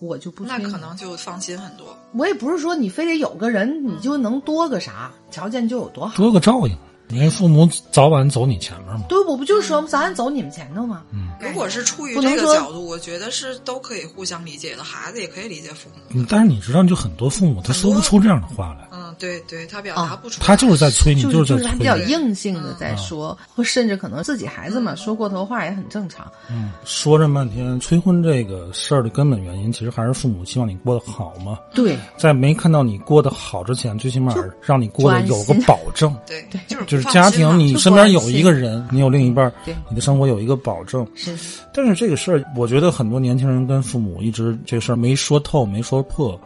[SPEAKER 2] 我就不
[SPEAKER 3] 嗯那
[SPEAKER 2] 催你
[SPEAKER 3] 可能就放心很多。
[SPEAKER 2] 我也不是说你非得有个人你就能多个啥，
[SPEAKER 3] 嗯
[SPEAKER 2] 条件就有多好。
[SPEAKER 1] 多个照应，因为父母早晚走你前面嘛。
[SPEAKER 2] 对，我不就是说早晚走你们前头吗？
[SPEAKER 3] 如果是出于
[SPEAKER 2] 不能
[SPEAKER 3] 这个
[SPEAKER 2] 说
[SPEAKER 3] 角度，我觉得是都可以互相理解的，孩子也可以理解父母。
[SPEAKER 1] 嗯但是你知道，就很多父母他说不出这样的话来，
[SPEAKER 3] 嗯，对对，他表达
[SPEAKER 2] 啊
[SPEAKER 3] 不出来，
[SPEAKER 1] 他就是在催你，
[SPEAKER 2] 就是是
[SPEAKER 1] 在
[SPEAKER 2] 他
[SPEAKER 1] 催
[SPEAKER 2] 比较
[SPEAKER 1] 你。
[SPEAKER 2] 硬性
[SPEAKER 3] 嗯
[SPEAKER 2] 的在说，或甚至可能自己孩子嘛说过头话也很正常。
[SPEAKER 1] 嗯，说这么半天，催婚这个事儿的根本原因，其实还是父母希望你过得好嘛。
[SPEAKER 2] 对，
[SPEAKER 1] 在没看到你过得好之前，最起码让你过得有个保证，
[SPEAKER 3] 对，就是
[SPEAKER 1] 就是
[SPEAKER 3] 不
[SPEAKER 1] 家
[SPEAKER 3] 放心嘛
[SPEAKER 1] 庭你
[SPEAKER 2] 就
[SPEAKER 1] 身
[SPEAKER 2] 不安
[SPEAKER 1] 边有一
[SPEAKER 2] 心
[SPEAKER 1] 个人，你有另一半儿
[SPEAKER 2] 对，
[SPEAKER 1] 你的生活有一个保证。
[SPEAKER 2] 是
[SPEAKER 1] 但是这个事儿，我觉得很多年轻人跟父母一直这个事儿没说透、没说破。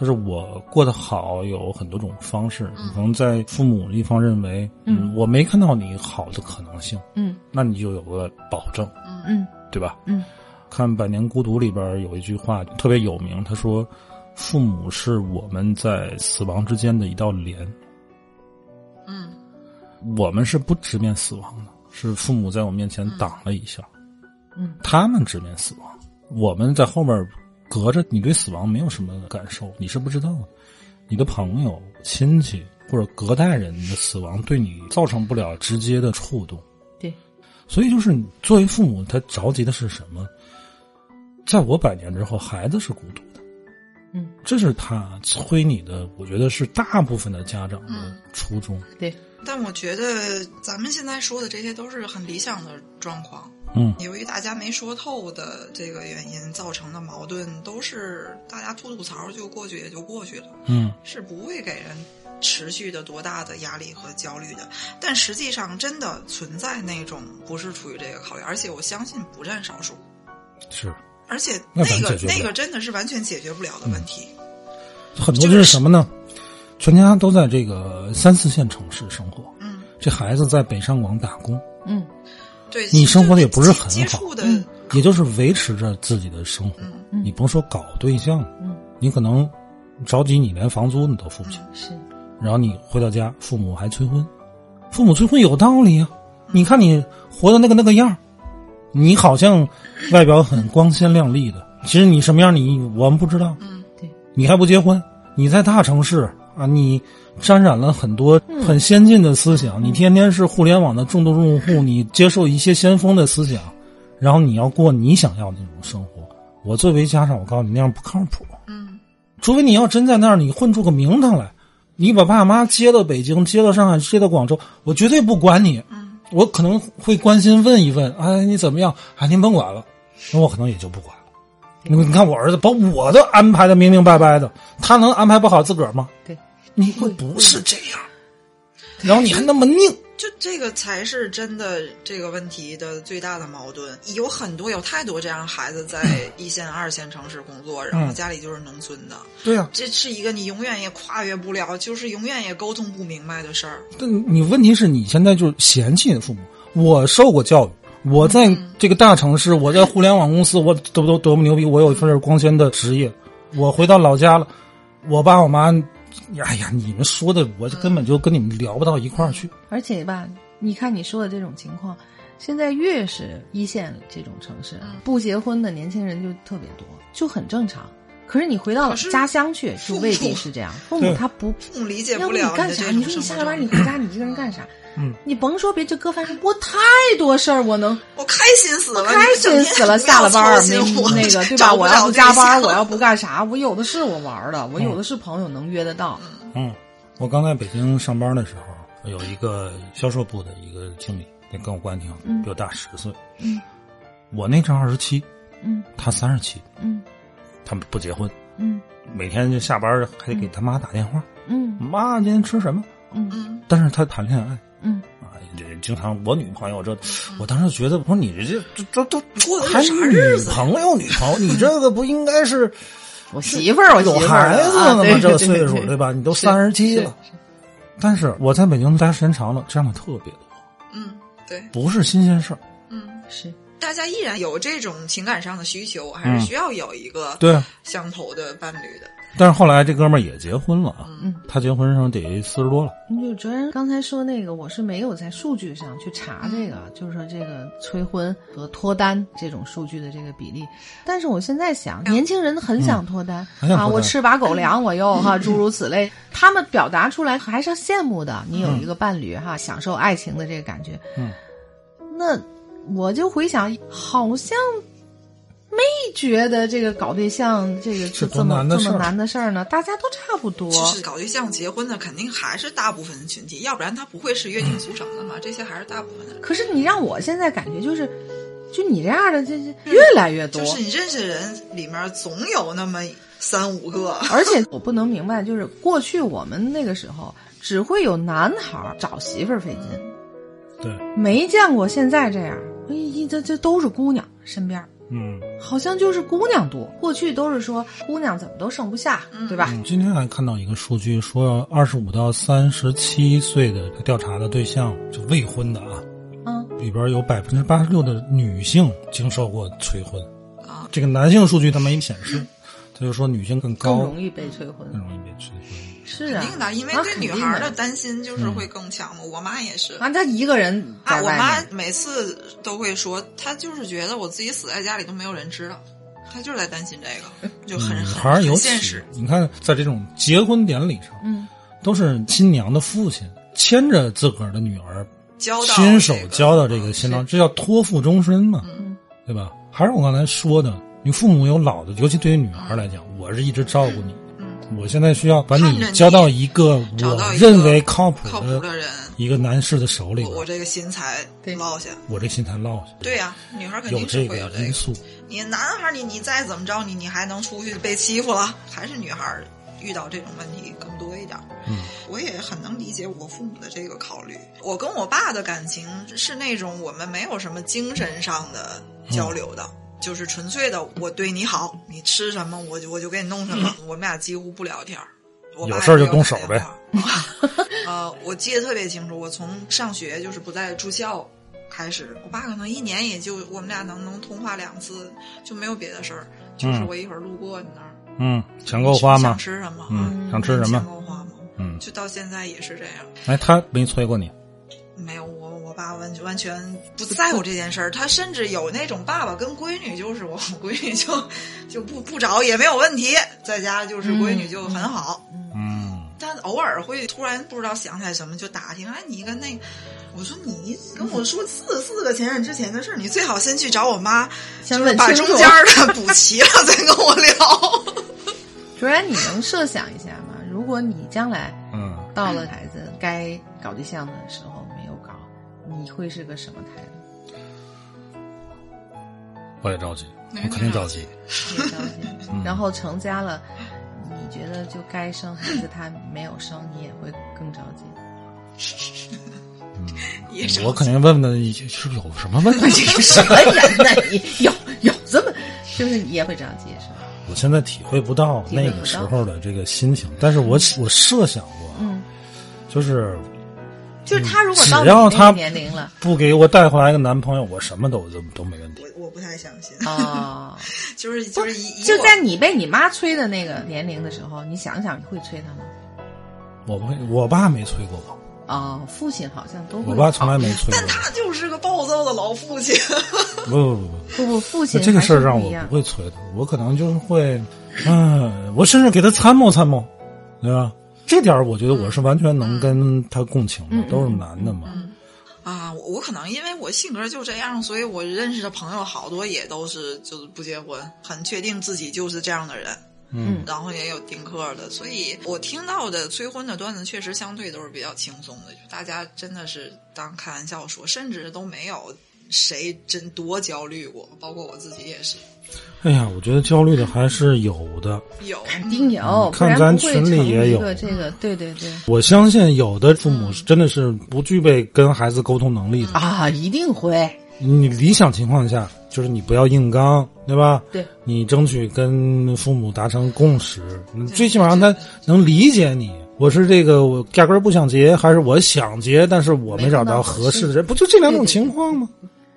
[SPEAKER 1] 就是我过得好有很多种方式，可能在父母一方认为，嗯，我没看到你好的可能性，
[SPEAKER 2] 嗯
[SPEAKER 1] 那你就有个保证，
[SPEAKER 2] 嗯
[SPEAKER 1] 对吧？
[SPEAKER 2] 嗯，
[SPEAKER 1] 看《百年孤独》里边有一句话特别有名，他说：“父母是我们在死亡之间的一道帘。”
[SPEAKER 3] 嗯，
[SPEAKER 1] 我们是不直面死亡的，是父母在我面前挡了一下，
[SPEAKER 2] 嗯，
[SPEAKER 1] 他们直面死亡，我们在后面隔着，你对死亡没有什么感受，你是不知道的。你的朋友、亲戚或者隔代人的死亡对你造成不了直接的触动，
[SPEAKER 2] 对，
[SPEAKER 1] 所以就是作为父母，他着急的是什么？在我百年之后，孩子是孤独的，
[SPEAKER 2] 嗯，
[SPEAKER 1] 这是他催你的，我觉得是大部分的家长的初衷，
[SPEAKER 2] 对，
[SPEAKER 3] 但我觉得咱们现在说的这些都是很理想的状况，
[SPEAKER 1] 嗯
[SPEAKER 3] 由于大家没说透的这个原因造成的矛盾，都是大家吐吐槽就过去也就过去了，
[SPEAKER 1] 嗯
[SPEAKER 3] 是不会给人持续的多大的压力和焦虑的。但实际上，真的存在那种不是出于这个考虑，而且我相信不占少数。
[SPEAKER 1] 是。
[SPEAKER 3] 而且
[SPEAKER 1] 那
[SPEAKER 3] 那
[SPEAKER 1] 咱
[SPEAKER 3] 个
[SPEAKER 1] 解决不了
[SPEAKER 3] 那个真的是完全解决不了的问题。
[SPEAKER 1] 很多就是什么呢？全家都在这个三四线城市生活，
[SPEAKER 3] 嗯，
[SPEAKER 1] 这孩子在北上广打工，
[SPEAKER 2] 嗯，
[SPEAKER 3] 对，
[SPEAKER 1] 你生活的也不是
[SPEAKER 3] 接
[SPEAKER 1] 很
[SPEAKER 3] 接
[SPEAKER 1] 好
[SPEAKER 3] 触的，
[SPEAKER 2] 嗯
[SPEAKER 1] 也就是维持着自己的生活。
[SPEAKER 3] 嗯
[SPEAKER 1] 你甭说搞对象，
[SPEAKER 2] 嗯
[SPEAKER 1] 你可能着急，你连房租你都付不起，
[SPEAKER 2] 是，
[SPEAKER 1] 然后你回到家，父母还催婚，父母催婚有道理啊。你看你活的那个那个样儿你好像外表很光鲜亮丽的，其实你什么样你我们不知道。
[SPEAKER 3] 嗯，
[SPEAKER 2] 对，
[SPEAKER 1] 你还不结婚？你在大城市啊，你沾染了很多很先进的思想，你天天是互联网的重度用户，你接受一些先锋的思想，然后你要过你想要的那种生活。我作为家长，我告诉你那样不靠谱。
[SPEAKER 3] 嗯，
[SPEAKER 1] 除非你要真在那儿你混出个名堂来，你把爸妈接到北京、接到上海、接到广州，我绝对不管你。
[SPEAKER 3] 嗯，
[SPEAKER 1] 我可能会关心问一问，哎，你怎么样？哎，您甭管了，那我可能也就不管了。你你看我儿子把我的安排的明明白白的，他能安排不好自个儿吗？
[SPEAKER 2] 对，嗯
[SPEAKER 1] 你不是这样，然后你还那么拧，
[SPEAKER 3] 嗯就这个才是真的这个问题的最大的矛盾。有很多有太多这样孩子在一线、二线城市工作，
[SPEAKER 2] 嗯
[SPEAKER 3] 然后家里就是农村的，
[SPEAKER 1] 对呀、
[SPEAKER 3] 这是一个你永远也跨越不了，就是永远也沟通不明白的事儿。
[SPEAKER 1] 但你问题是你现在就是嫌弃你的父母。我受过教育，我在这个大城市，我在互联网公司，我多多多么牛逼，我有一份光鲜的职业。我回到老家了，我爸我妈，哎呀，你们说的，我根本就跟你们聊不到一块儿去。
[SPEAKER 2] 而且吧，你看你说的这种情况，现在越是一线这种城市，
[SPEAKER 1] 嗯
[SPEAKER 2] 不结婚的年轻人就特别多，就很正常。可是你回到
[SPEAKER 3] 可是
[SPEAKER 2] 家乡去，就
[SPEAKER 3] 父母
[SPEAKER 2] 未必是这样。父母
[SPEAKER 1] 对
[SPEAKER 2] 他不，
[SPEAKER 3] 父母理解
[SPEAKER 2] 要
[SPEAKER 3] 不
[SPEAKER 2] 不你
[SPEAKER 3] 了
[SPEAKER 2] 干
[SPEAKER 3] 的
[SPEAKER 2] 啥？
[SPEAKER 3] 这
[SPEAKER 2] 你
[SPEAKER 3] 种
[SPEAKER 2] 说
[SPEAKER 3] 生
[SPEAKER 2] 你
[SPEAKER 3] 活
[SPEAKER 2] 下了
[SPEAKER 3] 状态。
[SPEAKER 2] 班你回家，你一个人干啥？
[SPEAKER 1] 嗯，
[SPEAKER 2] 你甭说别这搁饭
[SPEAKER 3] (laughs)
[SPEAKER 2] 上，我太多事儿，我能
[SPEAKER 3] 我开心死了，
[SPEAKER 2] 开心死了。
[SPEAKER 3] 你们整天
[SPEAKER 2] 下了班儿
[SPEAKER 3] 不要操心我
[SPEAKER 2] 没
[SPEAKER 3] (laughs)
[SPEAKER 2] 那个对吧？
[SPEAKER 3] 找不
[SPEAKER 2] 我
[SPEAKER 3] 着
[SPEAKER 2] 要不加班儿，
[SPEAKER 3] 对象嗯
[SPEAKER 2] 我要不干啥？我有的是我玩儿的，我有的是朋友能约得到。
[SPEAKER 1] 嗯，我刚在北京上班的时候，有一个销售部的一个经理，那跟我关系挺好，比我大十岁。
[SPEAKER 2] 嗯，
[SPEAKER 1] 我那阵二十七，
[SPEAKER 2] 嗯
[SPEAKER 1] 他三十七，
[SPEAKER 2] 嗯
[SPEAKER 1] 他们不结婚，
[SPEAKER 2] 嗯
[SPEAKER 1] 每天就下班还得给他妈打电话，
[SPEAKER 2] 嗯
[SPEAKER 1] 妈今天吃什么？
[SPEAKER 2] 嗯
[SPEAKER 3] (laughs) 嗯，
[SPEAKER 1] 但是他谈恋爱。
[SPEAKER 2] 嗯，
[SPEAKER 1] 啊，这经常我女朋友这，我当时觉得，我说你这这这都
[SPEAKER 3] 过的是
[SPEAKER 1] 还
[SPEAKER 3] 啥
[SPEAKER 1] 女
[SPEAKER 3] 日子呀
[SPEAKER 1] 朋友女朋友，你这个不应该
[SPEAKER 2] (laughs)
[SPEAKER 1] 是
[SPEAKER 2] 我媳妇儿，我媳
[SPEAKER 1] 有
[SPEAKER 2] 妇儿
[SPEAKER 1] 孩
[SPEAKER 2] 啊
[SPEAKER 1] 子了吗？
[SPEAKER 2] 对
[SPEAKER 1] 这
[SPEAKER 2] 对
[SPEAKER 1] 岁数
[SPEAKER 2] 对
[SPEAKER 1] 对吧？你都三十七
[SPEAKER 2] 是
[SPEAKER 1] 了。但是我在北京待时间长了，这样的特别多，
[SPEAKER 3] 嗯，对，
[SPEAKER 1] 不是新鲜事儿。
[SPEAKER 3] 嗯，
[SPEAKER 2] 是，
[SPEAKER 3] 大家依然有这种情感上的需求，
[SPEAKER 2] 嗯
[SPEAKER 3] 还是需要有一个
[SPEAKER 1] 对，啊
[SPEAKER 3] 相投的伴侣的。
[SPEAKER 1] 但是后来这哥们儿也结婚了啊，
[SPEAKER 2] 嗯。
[SPEAKER 1] 他结婚上得四十多了。
[SPEAKER 2] 就哲人刚才说那个，我是没有在数据上去查这
[SPEAKER 1] 嗯
[SPEAKER 2] 个，就是说这个催婚和脱单这种数据的这个比例。但是我现在想，年轻人很想脱单、
[SPEAKER 1] 嗯很想
[SPEAKER 2] 啊，
[SPEAKER 1] 脱单
[SPEAKER 2] 我吃把狗粮，我又哈诸如此类，他们表达出来还是羡慕的。你有一个伴侣哈，享受爱情的这个感觉。
[SPEAKER 1] 嗯，
[SPEAKER 2] 那我就回想，好像没觉得这个搞对象这个
[SPEAKER 1] 是多
[SPEAKER 2] 这么
[SPEAKER 1] 难的
[SPEAKER 2] 这
[SPEAKER 1] 事
[SPEAKER 2] 么
[SPEAKER 1] 儿
[SPEAKER 2] 难的事儿呢，大家都差不多。
[SPEAKER 3] 就是搞对象、结婚的，肯定还是大部分群体，要不然他不会是约定俗成的嘛。这些还是大部分的人。
[SPEAKER 2] 可是你让我现在感觉就是，就你这样的这这越来越多，
[SPEAKER 3] 嗯就是你认识的人里面，总有那么三五个。
[SPEAKER 1] 哦
[SPEAKER 2] 而且我不能明白，就是过去我们那个时候只会有男孩儿找媳妇儿费劲，
[SPEAKER 1] 对，
[SPEAKER 2] 没见过现在这样，哎，这这都是姑娘身边儿。
[SPEAKER 1] 嗯，
[SPEAKER 2] 好像就是姑娘多，过去都是说姑娘怎么都剩不下，
[SPEAKER 3] 嗯
[SPEAKER 2] 对吧？
[SPEAKER 1] 嗯今天还看到一个数据，说二十五到三十七岁的调查的对象，就未婚的啊，
[SPEAKER 2] 嗯，
[SPEAKER 1] 里边有百分之八十六的女性经受过催婚
[SPEAKER 3] 啊，
[SPEAKER 1] 这个男性数据它没显示，他就说女性更
[SPEAKER 2] 更
[SPEAKER 1] 高，
[SPEAKER 2] 容易被催婚
[SPEAKER 1] 更。容易被催婚。
[SPEAKER 2] 是啊
[SPEAKER 3] 肯定，的，因为
[SPEAKER 2] 那
[SPEAKER 3] 对
[SPEAKER 2] 肯
[SPEAKER 3] 女
[SPEAKER 2] 定
[SPEAKER 3] 孩的担心
[SPEAKER 1] 嗯
[SPEAKER 3] 就是会更强嘛。我妈也是，
[SPEAKER 2] 啊，她一个人
[SPEAKER 3] 啊，
[SPEAKER 2] 在
[SPEAKER 3] 我
[SPEAKER 2] 外
[SPEAKER 3] 妈
[SPEAKER 2] 面，
[SPEAKER 3] 每次都会说，她就是觉得我自己死在家里都没有人知道，她就是在担心这个，就很
[SPEAKER 1] 女嗯孩
[SPEAKER 3] 很
[SPEAKER 1] 儿尤
[SPEAKER 3] 很
[SPEAKER 1] 其
[SPEAKER 3] 现实。，
[SPEAKER 1] 你看在这种结婚典礼上，
[SPEAKER 2] 嗯，
[SPEAKER 1] 都是新娘的父亲牵着自个儿的女儿
[SPEAKER 3] 交到
[SPEAKER 1] 亲手
[SPEAKER 3] 这个嗯
[SPEAKER 1] 交到这个新郎，这叫托付终身嘛，对吧？还是我刚才说的，你父母有老的，尤其对于女孩来讲，我是一直照顾你
[SPEAKER 3] 嗯
[SPEAKER 1] 的，我现在需要把
[SPEAKER 3] 看着你
[SPEAKER 1] 交到一个
[SPEAKER 3] 找
[SPEAKER 1] 我
[SPEAKER 3] 到一个
[SPEAKER 1] 认为靠谱
[SPEAKER 3] 靠谱
[SPEAKER 1] 的
[SPEAKER 3] 的人，
[SPEAKER 1] 一个男士的手里
[SPEAKER 3] 我
[SPEAKER 1] 边，
[SPEAKER 3] 我这个心才
[SPEAKER 2] 对
[SPEAKER 3] 落下。
[SPEAKER 1] 我这心才落下。
[SPEAKER 3] 对呀、女孩肯
[SPEAKER 1] 有
[SPEAKER 3] 定是
[SPEAKER 1] 这
[SPEAKER 3] 会
[SPEAKER 1] 个
[SPEAKER 3] 有这
[SPEAKER 1] 因
[SPEAKER 3] 个。
[SPEAKER 1] 素，
[SPEAKER 3] 你男孩儿你你再怎么着你你还能出去被欺负了，还是女孩儿遇到这种问题更多一点儿。
[SPEAKER 1] 嗯，
[SPEAKER 3] 我也很能理解我父母的这个考虑。我
[SPEAKER 1] 嗯
[SPEAKER 3] 跟我爸的感情是那种我们没有什么精神上的交流的，就是纯粹的我对你好，你吃什么我就我就给你弄什么，我们俩几乎不聊天儿。我
[SPEAKER 1] 嗯
[SPEAKER 3] 爸
[SPEAKER 1] 有事儿就
[SPEAKER 3] 也没
[SPEAKER 1] 动手
[SPEAKER 3] 打
[SPEAKER 1] 呗
[SPEAKER 3] 电话。 (laughs) 呃，我记得特别清楚，我从上学就是不在住校开始，我爸可能一年也就我们俩能能通话两次，就没有别的事儿。就是
[SPEAKER 1] 嗯
[SPEAKER 3] 我一会儿路过你那儿，
[SPEAKER 1] 嗯，抢购花
[SPEAKER 3] 想
[SPEAKER 1] 吗？
[SPEAKER 3] 吃什么？
[SPEAKER 1] 嗯，想吃什
[SPEAKER 3] 想
[SPEAKER 1] 么？
[SPEAKER 3] 购花吗？
[SPEAKER 1] 嗯，
[SPEAKER 3] 就到现在也是这样。
[SPEAKER 1] 哎，他没催过你，
[SPEAKER 3] 没有，我我爸完完全不在乎这件事儿，他甚至有那种爸爸跟闺女，就是我我闺女就就不不找也没有问题，在家就是闺女就很好，
[SPEAKER 1] 嗯，
[SPEAKER 3] 但偶尔会突然不知道想起来什么就打听，哎，你跟那个，我说你跟我说四四个前任之前的事儿，你最好先去找我妈，
[SPEAKER 2] 先问
[SPEAKER 3] 把
[SPEAKER 2] 清
[SPEAKER 3] 中
[SPEAKER 2] 楚
[SPEAKER 3] 间儿的 (laughs) 补齐了再跟我聊。
[SPEAKER 2] 卓然，你能设想一下吗？如果你将来
[SPEAKER 1] 嗯，
[SPEAKER 2] 到了孩子该搞对象的时候没有搞，你会是个什么态度？
[SPEAKER 1] 我也着急，
[SPEAKER 3] 没
[SPEAKER 1] 我肯定着急。
[SPEAKER 2] 也着急。
[SPEAKER 1] 嗯
[SPEAKER 2] 然后成家了，你觉得就该生孩子，他没有生，你也会更着急。
[SPEAKER 3] 也着
[SPEAKER 1] 我
[SPEAKER 3] 急
[SPEAKER 1] 肯定问问你是不是有什么问
[SPEAKER 3] (laughs)
[SPEAKER 1] 题。
[SPEAKER 2] 什么人呢？哎你有有这么，就是你也会着急是吧？
[SPEAKER 1] 我现在体会不到
[SPEAKER 2] 体会
[SPEAKER 1] 那
[SPEAKER 2] 不
[SPEAKER 1] 个
[SPEAKER 2] 到
[SPEAKER 1] 时候的这个心情，但是我我设想过，
[SPEAKER 2] 嗯，
[SPEAKER 1] 就是
[SPEAKER 2] 就是他如果
[SPEAKER 1] 只
[SPEAKER 2] 到你
[SPEAKER 1] 要
[SPEAKER 2] 那
[SPEAKER 1] 他
[SPEAKER 2] 个年龄了
[SPEAKER 1] 不给我带回来个男朋友，我什么都都都没问题。
[SPEAKER 3] 我我不太相信，
[SPEAKER 2] 啊。哦
[SPEAKER 3] 就是就是一
[SPEAKER 2] 就在你被你妈催的那个年龄的时候，你想想你会催她吗？
[SPEAKER 1] 我不会，我爸没催过我，
[SPEAKER 2] 哦，父亲好像都会。哦
[SPEAKER 1] 我爸从来没催过
[SPEAKER 3] 但他就是个暴躁的老父亲。 (laughs)
[SPEAKER 1] 我。不不不不，
[SPEAKER 2] 不不，父
[SPEAKER 1] 那
[SPEAKER 2] 亲
[SPEAKER 1] 这个事儿
[SPEAKER 2] 还是
[SPEAKER 1] 让
[SPEAKER 2] 不
[SPEAKER 1] 我
[SPEAKER 2] 一样
[SPEAKER 1] 不会催他，我可能就是会，嗯，我甚至给他参谋参谋，对吧？这点儿我觉得我是完全
[SPEAKER 2] 嗯
[SPEAKER 1] 能跟他共情的，都是男的嘛。
[SPEAKER 3] 啊，我我可能因为我性格就这样，所以我认识的朋友好多也都是就是不结婚，很确定自己就是这样的人，
[SPEAKER 1] 嗯
[SPEAKER 3] 然后也有丁克的，所以我听到的催婚的段子确实相对都是比较轻松的，就大家真的是当开玩笑说，甚至都没有谁真多焦虑过，包括我自己也是
[SPEAKER 1] 哎呀，我觉得焦虑的还是有的。
[SPEAKER 3] 有。
[SPEAKER 2] 肯定有，
[SPEAKER 1] 嗯
[SPEAKER 2] 不
[SPEAKER 1] 看
[SPEAKER 2] 然
[SPEAKER 1] 咱
[SPEAKER 2] 不会
[SPEAKER 1] 群里
[SPEAKER 2] 成
[SPEAKER 1] 也
[SPEAKER 2] 一
[SPEAKER 1] 有
[SPEAKER 2] 个这个，对对对
[SPEAKER 1] 我相信有的父母是真的是不具备跟孩子沟通能力的。
[SPEAKER 2] 啊，一定会。
[SPEAKER 1] 你理想情况下，就是你不要硬刚，对吧？
[SPEAKER 2] 对，
[SPEAKER 1] 你争取跟父母达成共识，你最起码让他能理解你。我是这个，我压根儿不想结，还是我想结，但是我没找到合适的人，不就这两种情况吗？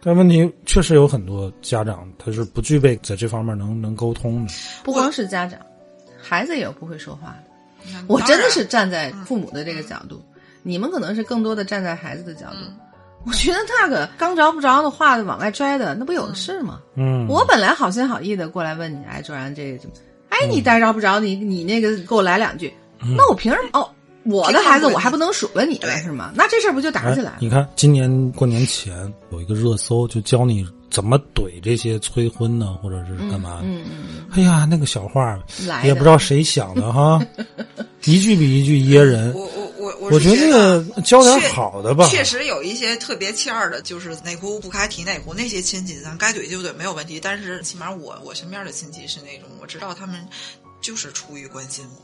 [SPEAKER 1] 但问题确实有很多家长他是不具备在这方面能能沟通的。
[SPEAKER 2] 不光是家长，孩子也有不会说话的。
[SPEAKER 3] 那
[SPEAKER 2] 我
[SPEAKER 3] 当
[SPEAKER 2] 真的
[SPEAKER 3] 然
[SPEAKER 2] 是站在父母的这个角度，你们可能是更多的站在孩子的角度。我觉得那个刚着不着的话往外拽的，那不有的是吗？
[SPEAKER 1] 嗯，
[SPEAKER 2] 我本来好心好意的过来问你，哎，卓然这个怎么？哎，
[SPEAKER 1] 嗯
[SPEAKER 2] 你逮着不着你，你那个给我来两句，那我凭什么？哦，我的孩子我还不能数落你了是吗？那这事儿不就打
[SPEAKER 1] 哎
[SPEAKER 2] 起来了？
[SPEAKER 1] 你看，今年过年前有一个热搜，就教你怎么怼这些催婚呢，或者是干嘛？
[SPEAKER 2] 嗯嗯，
[SPEAKER 1] 哎呀，那个小话
[SPEAKER 2] 来的
[SPEAKER 1] 也不知道谁想的
[SPEAKER 3] (laughs)
[SPEAKER 1] 哈，一句比一句噎人。
[SPEAKER 3] 我我我我
[SPEAKER 1] 我
[SPEAKER 3] 是
[SPEAKER 1] 觉
[SPEAKER 3] 觉得
[SPEAKER 1] 得呃教点好的吧，
[SPEAKER 3] 确实有一些特别欠儿的，就是哪壶不开提哪壶，那些亲戚咱该怼就怼没有问题。但是起码我我身边的亲戚是那种，我知道他们就是出于关心我，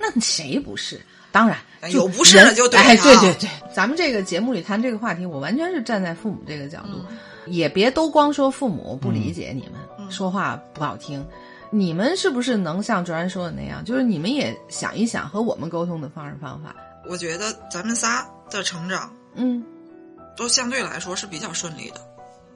[SPEAKER 2] 那谁不是？当然，
[SPEAKER 3] 哎
[SPEAKER 2] 就
[SPEAKER 3] 有不是
[SPEAKER 2] 人
[SPEAKER 3] 的就啊怼
[SPEAKER 2] 哎，
[SPEAKER 3] 他
[SPEAKER 2] 对对对，咱们这个节目里谈这个话题，我完全是站在父母这个角度，
[SPEAKER 3] 嗯
[SPEAKER 2] 也别都光说父母不理解你们、说话不好听。你们是不是能像卓然说的那样，就是你们也想一想和我们沟通的方式方法？
[SPEAKER 3] 我觉得咱们仨的成长
[SPEAKER 2] 嗯，
[SPEAKER 3] 都相对来说是比较顺利的，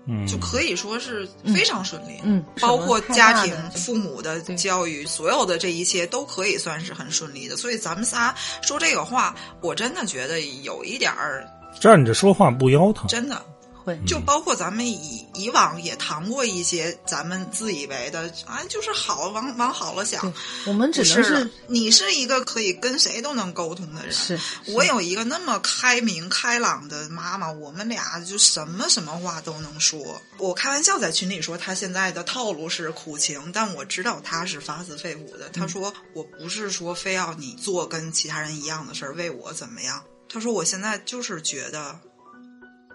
[SPEAKER 1] 嗯，
[SPEAKER 3] 就可以说是非常顺利。
[SPEAKER 2] 嗯
[SPEAKER 3] 包括家
[SPEAKER 2] 什么太大
[SPEAKER 3] 庭、
[SPEAKER 2] 的
[SPEAKER 3] 父母的教育，所有的这一切都可以算是很顺利的。所以咱们仨说这个话，我真的觉得有一点儿
[SPEAKER 1] 站着说话不腰疼。
[SPEAKER 3] 真的。
[SPEAKER 2] 会
[SPEAKER 3] 就包括咱们以以往也谈过一些咱们自以为的啊，就是好往往好了想
[SPEAKER 2] 对，我们只
[SPEAKER 3] 不
[SPEAKER 2] 能
[SPEAKER 3] 是
[SPEAKER 2] 是
[SPEAKER 3] 的你是一个可以跟谁都能沟通的人。
[SPEAKER 2] 是
[SPEAKER 3] (laughs) 我有一个那么开明开朗的妈妈，我们俩就什么什么话都能说。我开玩笑在群里说，她现在的套路是苦情，但我知道她是发自肺腑的。她说：“我不是说非要你做跟其他人一样的事儿，为我怎么样。”她说：“我现在就是觉得，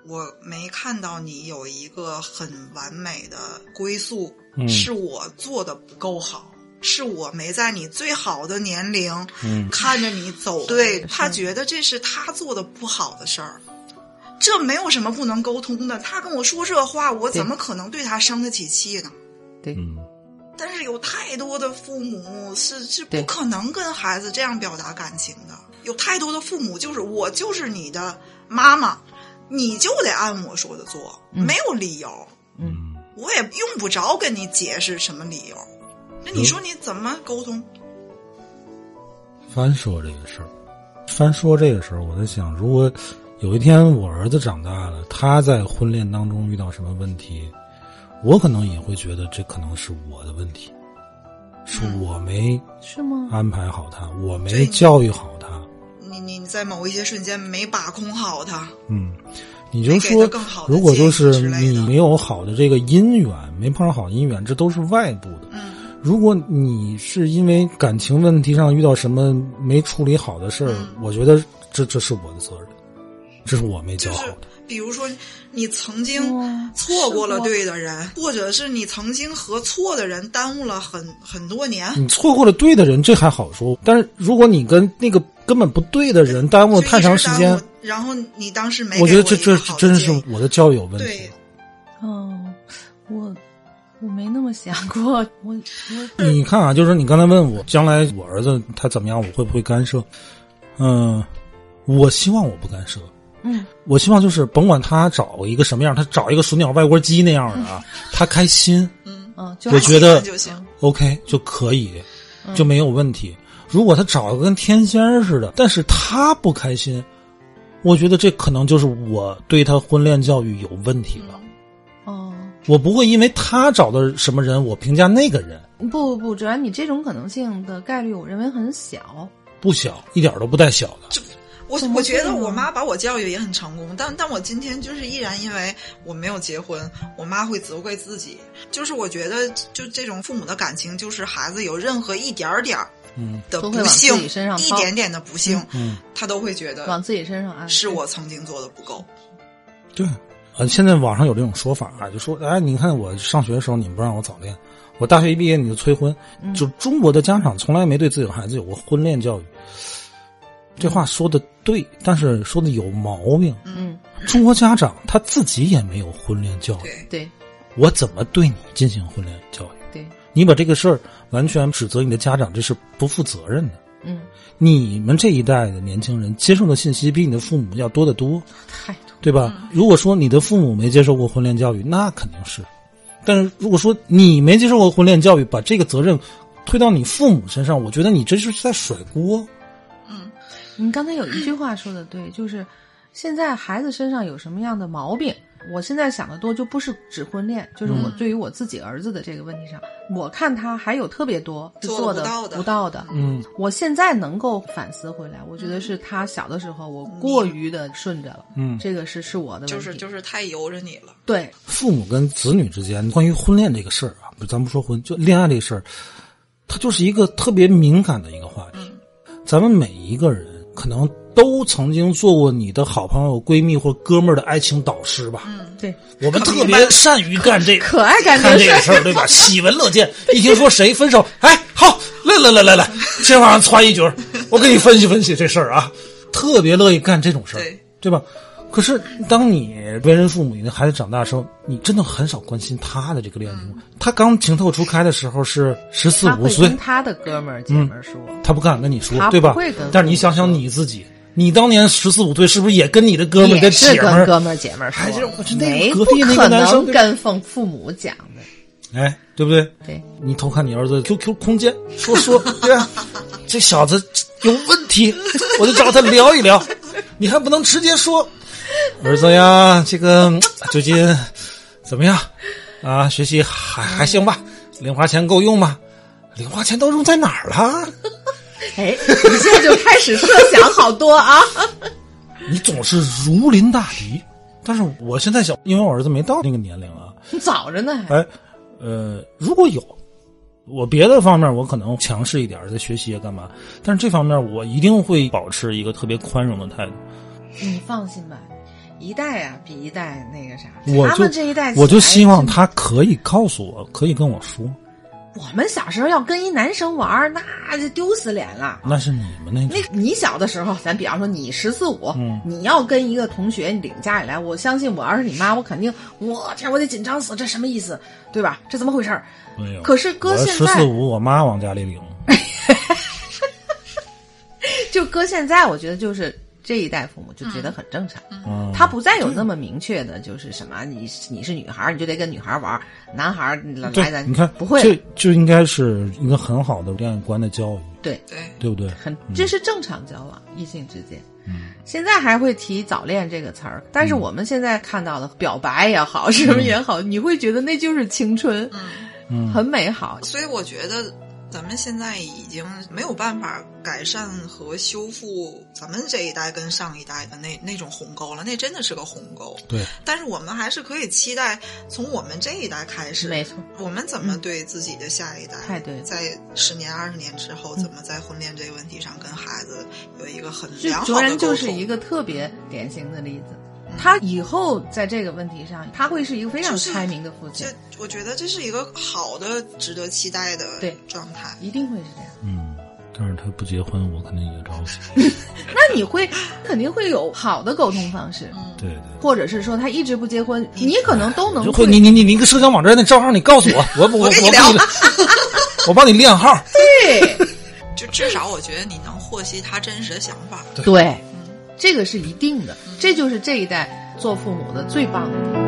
[SPEAKER 3] 我没看到你有一个很完美的归宿，
[SPEAKER 1] 嗯
[SPEAKER 3] 是我做的不够好。”是我没在你最好的年龄，
[SPEAKER 1] 嗯
[SPEAKER 3] 看着你走，对他觉得这是他做的不好的事儿，这没有什么不能沟通的。他跟我说这话，我怎么可能对他生得起气呢？
[SPEAKER 2] 对，
[SPEAKER 7] 嗯，
[SPEAKER 3] 但是有太多的父母是是
[SPEAKER 2] 对
[SPEAKER 3] 不可能跟孩子这样表达感情的，有太多的父母就是我就是你的妈妈，你就得按我说的做，没有理由，
[SPEAKER 7] 嗯，
[SPEAKER 3] 我也用不着跟你解释什么理由。那你说你怎么沟通？
[SPEAKER 1] 翻说这个事儿，翻说这个事儿，我在想，如果有一天我儿子长大了，他在婚恋当中遇到什么问题，我可能也会觉得这可能是我的问题，是
[SPEAKER 3] 嗯
[SPEAKER 1] 我没
[SPEAKER 2] 是吗？
[SPEAKER 1] 安排好他，我没
[SPEAKER 3] 对
[SPEAKER 1] 教育好他。
[SPEAKER 3] 你你你在某一些瞬间没把控好他，
[SPEAKER 1] 嗯，你就
[SPEAKER 3] 没给
[SPEAKER 1] 说
[SPEAKER 3] 他更好，的
[SPEAKER 1] 如果说
[SPEAKER 3] 建
[SPEAKER 1] 是
[SPEAKER 3] 议之类
[SPEAKER 1] 你
[SPEAKER 3] 的
[SPEAKER 1] 没有好的这个姻缘，没碰上好的姻缘，这都是外部的。
[SPEAKER 3] 嗯
[SPEAKER 1] 如果你是因为感情问题上遇到什么没处理好的事儿，
[SPEAKER 3] 嗯
[SPEAKER 1] 我觉得这这是我的责任，这是我没教
[SPEAKER 3] 就
[SPEAKER 1] 好
[SPEAKER 3] 是
[SPEAKER 1] 的。
[SPEAKER 3] 比如说你曾
[SPEAKER 2] 哇
[SPEAKER 3] 经错过了
[SPEAKER 2] 是吗
[SPEAKER 3] 对的人，或者是你曾经和错的人耽误了很很多年，
[SPEAKER 1] 你错过了对的人，这还好说；但是如果你跟那个根本不对的人耽误了
[SPEAKER 3] 就一
[SPEAKER 1] 太长
[SPEAKER 3] 直
[SPEAKER 1] 时
[SPEAKER 3] 耽
[SPEAKER 1] 间
[SPEAKER 3] 误，然后你当时没给
[SPEAKER 1] 我
[SPEAKER 3] 我
[SPEAKER 1] 觉得这这
[SPEAKER 3] 一个好的
[SPEAKER 1] 真是
[SPEAKER 3] 建议
[SPEAKER 1] 我的教育有问题
[SPEAKER 3] 对。
[SPEAKER 2] 哦，我我没那么想过，我我
[SPEAKER 1] 你看啊，就是你刚才问我将来我儿子他怎么样，我会不会干涉？嗯，我希望我不干涉。
[SPEAKER 2] 嗯，
[SPEAKER 1] 我希望就是甭管他找一个什么样，他找一个鼠鸟外国鸡那样的
[SPEAKER 3] (laughs)
[SPEAKER 1] 啊，他开心
[SPEAKER 3] 嗯，
[SPEAKER 2] 嗯，就
[SPEAKER 1] 我
[SPEAKER 2] 还
[SPEAKER 1] 觉得
[SPEAKER 3] 就行。
[SPEAKER 1] ，OK 就可以，就没有问题。如果他找个跟天仙儿似的，但是他不开心，我觉得这可能就是我对他婚恋教育有问题了。
[SPEAKER 2] 哦。
[SPEAKER 1] 我不会因为他找的什么人，我评价那个人
[SPEAKER 2] 不不不，主要你这种可能性的概率，我认为很小。
[SPEAKER 1] 不小，一点都不带小的。
[SPEAKER 3] 我
[SPEAKER 2] 怎么
[SPEAKER 3] 我觉
[SPEAKER 2] 会
[SPEAKER 3] 得
[SPEAKER 2] 呢
[SPEAKER 3] 我妈把我教育也很成功，但但我今天就是依然因为我没有结婚，我妈会责怪自己。就是我觉得就这种父母的感情，就是孩子有任何一点儿点儿
[SPEAKER 1] 嗯
[SPEAKER 3] 的
[SPEAKER 2] 都
[SPEAKER 3] 不
[SPEAKER 2] 会往自
[SPEAKER 3] 幸
[SPEAKER 2] 己身上，
[SPEAKER 3] 一
[SPEAKER 2] 抛
[SPEAKER 3] 点点的不幸，
[SPEAKER 1] 嗯，
[SPEAKER 3] 他都会觉得
[SPEAKER 2] 往自己身上安，
[SPEAKER 3] 呃是我曾经做的不够。
[SPEAKER 1] 对，呃，现在网上有这种说法啊，就说，哎，你看我上学的时候你们不让我早恋，我大学一毕业你就催婚，就中国的家长从来没对自己的孩子有过婚恋教育。这话说的对，但是说的有毛病。
[SPEAKER 2] 嗯，
[SPEAKER 1] 中国家长他自己也没有婚恋教育，
[SPEAKER 3] 对，
[SPEAKER 2] 对
[SPEAKER 1] 我怎么对你进行婚恋教育？
[SPEAKER 2] 对，
[SPEAKER 1] 你把这个事儿完全指责你的家长，这是不负责任的。
[SPEAKER 2] 嗯，
[SPEAKER 1] 你们这一代的年轻人接受的信息比你的父母要多得多。
[SPEAKER 2] 太多。
[SPEAKER 1] 对吧？如果说你的父母没接受过婚恋教育，那肯定是；但是如果说你没接受过婚恋教育，把这个责任推到你父母身上，我觉得你这是在甩锅。
[SPEAKER 2] 你刚才有一句话说的对，就是现在孩子身上有什么样的毛病，我现在想的多就不是指婚恋，就是
[SPEAKER 1] 嗯
[SPEAKER 2] 我对于我自己儿子的这个问题上，我看他还有特别多是
[SPEAKER 3] 做
[SPEAKER 2] 做
[SPEAKER 3] 得
[SPEAKER 2] 的
[SPEAKER 3] 不到的
[SPEAKER 2] 不到的。
[SPEAKER 1] 嗯，
[SPEAKER 2] 我现在能够反思回来，我觉
[SPEAKER 3] 嗯
[SPEAKER 2] 得是他小的时候我过于的顺着了，
[SPEAKER 1] 嗯
[SPEAKER 2] 这个是是我的问题，
[SPEAKER 3] 就是就是太由着你了。
[SPEAKER 2] 对，
[SPEAKER 1] 父母跟子女之间关于婚恋这个事儿啊，不咱不说婚，就恋爱这事儿，啊它就是一个特别敏感的一个话题。咱们每一个人可能都曾经做过你的好朋友、闺蜜或哥们儿的爱情导师吧。
[SPEAKER 2] 对，
[SPEAKER 1] 我们特别善于干这个。
[SPEAKER 2] 可爱感
[SPEAKER 1] 看
[SPEAKER 2] 觉
[SPEAKER 1] 这个
[SPEAKER 2] 是
[SPEAKER 1] 事儿，对吧？喜闻乐见。一听说谁分手，哎，好，来来来来来，今晚上窜一局儿，我给你分析分析这事儿啊，特别乐意干这种事儿，
[SPEAKER 3] 对
[SPEAKER 1] 对吧？可是当你为人父母，你的孩子长大的时候，你真的很少关心他的这个恋情。他刚情窦初开的时候是十四
[SPEAKER 2] 嗯他
[SPEAKER 1] 五
[SPEAKER 2] 会
[SPEAKER 1] 岁
[SPEAKER 2] 跟，他的哥们儿姐们儿说，
[SPEAKER 1] 他不敢跟你说
[SPEAKER 2] 他，不
[SPEAKER 1] 对吧
[SPEAKER 2] 会跟？
[SPEAKER 1] 但是你想想你自己，你当年十四五岁是不是也跟你的哥们儿
[SPEAKER 2] 也
[SPEAKER 1] 姐
[SPEAKER 2] 是
[SPEAKER 1] 们
[SPEAKER 2] 跟
[SPEAKER 1] 儿？
[SPEAKER 2] 嗯哥们儿姐们儿说，
[SPEAKER 1] 哎这我这那个
[SPEAKER 2] 没
[SPEAKER 1] 隔
[SPEAKER 2] 不
[SPEAKER 1] 壁那个
[SPEAKER 2] 可
[SPEAKER 1] 男生
[SPEAKER 2] 能跟父父母讲的，
[SPEAKER 1] 哎，对不对？
[SPEAKER 2] 对，
[SPEAKER 1] 你偷看你儿子 QQ 空间，说说，对啊，这小子有问题，我就找他聊一聊。你还不能直接说，儿子呀，这个嗯最近怎么样啊？学习还还行吧？零花钱够用吗？零花钱都用在哪儿了？
[SPEAKER 2] (laughs) 哎，你现在就开始设想好多啊， (laughs)
[SPEAKER 1] 你总是如临大敌。但是我现在想，因为我儿子没到那个年龄啊，
[SPEAKER 2] 早着呢还，
[SPEAKER 1] 哎，呃，如果有，我别的方面我可能强势一点儿，在学习啊干嘛，但是这方面我一定会保持一个特别宽容的态度。
[SPEAKER 2] 你放心吧，一代啊比一代那个啥，
[SPEAKER 1] 我
[SPEAKER 2] 他
[SPEAKER 1] 就
[SPEAKER 2] 们这一代起来，
[SPEAKER 1] 我就希望他可以告诉我，可以跟我说，
[SPEAKER 2] 我们小时候要跟一男生玩儿，那就丢死脸了。
[SPEAKER 1] 那是你们那
[SPEAKER 2] 那
[SPEAKER 1] 个
[SPEAKER 2] 你小的时候，咱比方说你十四五
[SPEAKER 1] 嗯，
[SPEAKER 2] 你要跟一个同学领家里来，我相信我要是你妈，我肯定我天我得紧张死，这什么意思，对吧？这怎么回事儿？
[SPEAKER 1] 没有。
[SPEAKER 2] 可是搁现
[SPEAKER 1] 十
[SPEAKER 2] 在
[SPEAKER 1] 四五，我妈往家里
[SPEAKER 2] (laughs)
[SPEAKER 1] 领，
[SPEAKER 2] 就搁现在，我觉得就是这一代父母就觉得很正常，
[SPEAKER 1] 嗯，
[SPEAKER 2] 他不再有那么明确的，就是什么你你是女孩儿，你就得跟女孩儿玩儿，男孩儿来来
[SPEAKER 1] 对，
[SPEAKER 2] 咱
[SPEAKER 1] 你看，
[SPEAKER 2] 不会
[SPEAKER 1] 这就应该是一个很好的恋爱观的教育，
[SPEAKER 2] 对，
[SPEAKER 3] 对，
[SPEAKER 1] 对不对？嗯
[SPEAKER 2] 很这是正常交往，异性之间。现在还会提早恋这个词儿，但是我们现在看到的表白也好，什么也好，你会觉得那就是青春，
[SPEAKER 3] 嗯，
[SPEAKER 1] 嗯，
[SPEAKER 2] 很美好。
[SPEAKER 3] 所以我觉得咱们现在已经没有办法改善和修复咱们这一代跟上一代的那那种鸿沟了，那真的是个鸿沟。
[SPEAKER 1] 对，
[SPEAKER 3] 但是我们还是可以期待从我们这一代开始，
[SPEAKER 2] 没错，
[SPEAKER 3] 我们怎么对自己的下一代，
[SPEAKER 2] 太嗯对了
[SPEAKER 3] 在十年、二十年之后，怎么在婚恋这个问题上跟孩子有一个很
[SPEAKER 2] 这
[SPEAKER 3] 良好的沟
[SPEAKER 2] 卓
[SPEAKER 3] 通？
[SPEAKER 2] 然就是一个特别典型的例子。他以后在这个问题上，他会是一个非常
[SPEAKER 3] 就是
[SPEAKER 2] 开明的父亲
[SPEAKER 3] 这，，我觉得这是一个好的、值得期待的
[SPEAKER 2] 对
[SPEAKER 3] 状态。
[SPEAKER 2] 一定会是这样。
[SPEAKER 1] 嗯，但是他不结婚，我肯定也着急。
[SPEAKER 2] 那你
[SPEAKER 3] (gasps)
[SPEAKER 2] 会肯定会有好的沟通方式，
[SPEAKER 1] 对对。
[SPEAKER 2] 或者是说他一直不结婚，
[SPEAKER 3] 嗯
[SPEAKER 2] 你可能都能
[SPEAKER 1] 就
[SPEAKER 2] 会
[SPEAKER 1] 会你你你你个社交网站那账号，你告诉我，
[SPEAKER 2] (laughs)
[SPEAKER 1] 我我我
[SPEAKER 3] 我跟你
[SPEAKER 1] 我
[SPEAKER 3] 聊
[SPEAKER 1] 帮你， (laughs) 我帮你练号。
[SPEAKER 3] (laughs)
[SPEAKER 2] 对。
[SPEAKER 3] 就至少我觉得你能获悉他真实的想法。
[SPEAKER 2] 对，这个是一定的，
[SPEAKER 3] 嗯
[SPEAKER 2] 这就是这一代做父母的最棒的地方。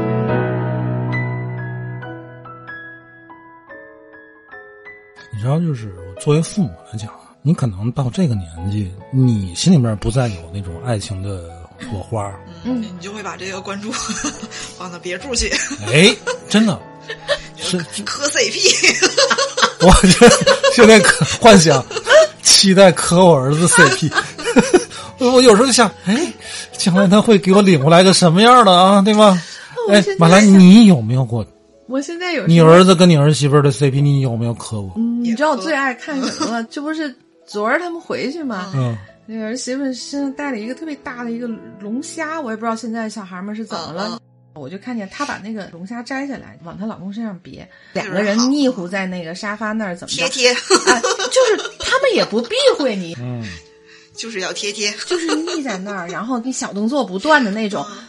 [SPEAKER 1] 你知道，就是我作为父母来讲，啊你可能到这个年纪，你心里面不再有那种爱情的火花，
[SPEAKER 2] 嗯
[SPEAKER 3] 你就会把这个关注 (laughs) 放到别处去，
[SPEAKER 1] 哎，真
[SPEAKER 2] (laughs)
[SPEAKER 1] 的。是，是
[SPEAKER 3] 磕 CP。
[SPEAKER 1] 我这现在可幻想，期待磕我儿子
[SPEAKER 2] (laughs)
[SPEAKER 1] CP。我我有时候就想，哎，将来他会给我领过来个什么样的啊，对吧？
[SPEAKER 2] 哦我
[SPEAKER 1] 哎
[SPEAKER 2] 现在，
[SPEAKER 1] 马兰，
[SPEAKER 2] 想
[SPEAKER 1] 你有没有过
[SPEAKER 2] 我现在有
[SPEAKER 1] 你儿子跟你儿媳妇儿的 CP，你有没有磕过？
[SPEAKER 2] 你知道我最爱看什么吗？ (laughs) 这不是昨儿他们回去吗？
[SPEAKER 1] 嗯，
[SPEAKER 2] 那个儿媳妇身上带了一个特别大的一个龙虾，我也不知道现在小孩们是怎么
[SPEAKER 3] 嗯
[SPEAKER 2] 了。我就看见她把那个龙虾摘下来，往她老公身上别，两个人
[SPEAKER 3] 好
[SPEAKER 2] 腻乎在那个沙发那儿，怎么着？
[SPEAKER 3] 贴贴
[SPEAKER 2] 哎，就是他们也不避讳你，
[SPEAKER 3] (laughs)
[SPEAKER 1] 嗯
[SPEAKER 3] 就是要贴贴，
[SPEAKER 2] 就是腻在那儿，然后你小动作不断的那种。
[SPEAKER 3] 嗯
[SPEAKER 2] 哦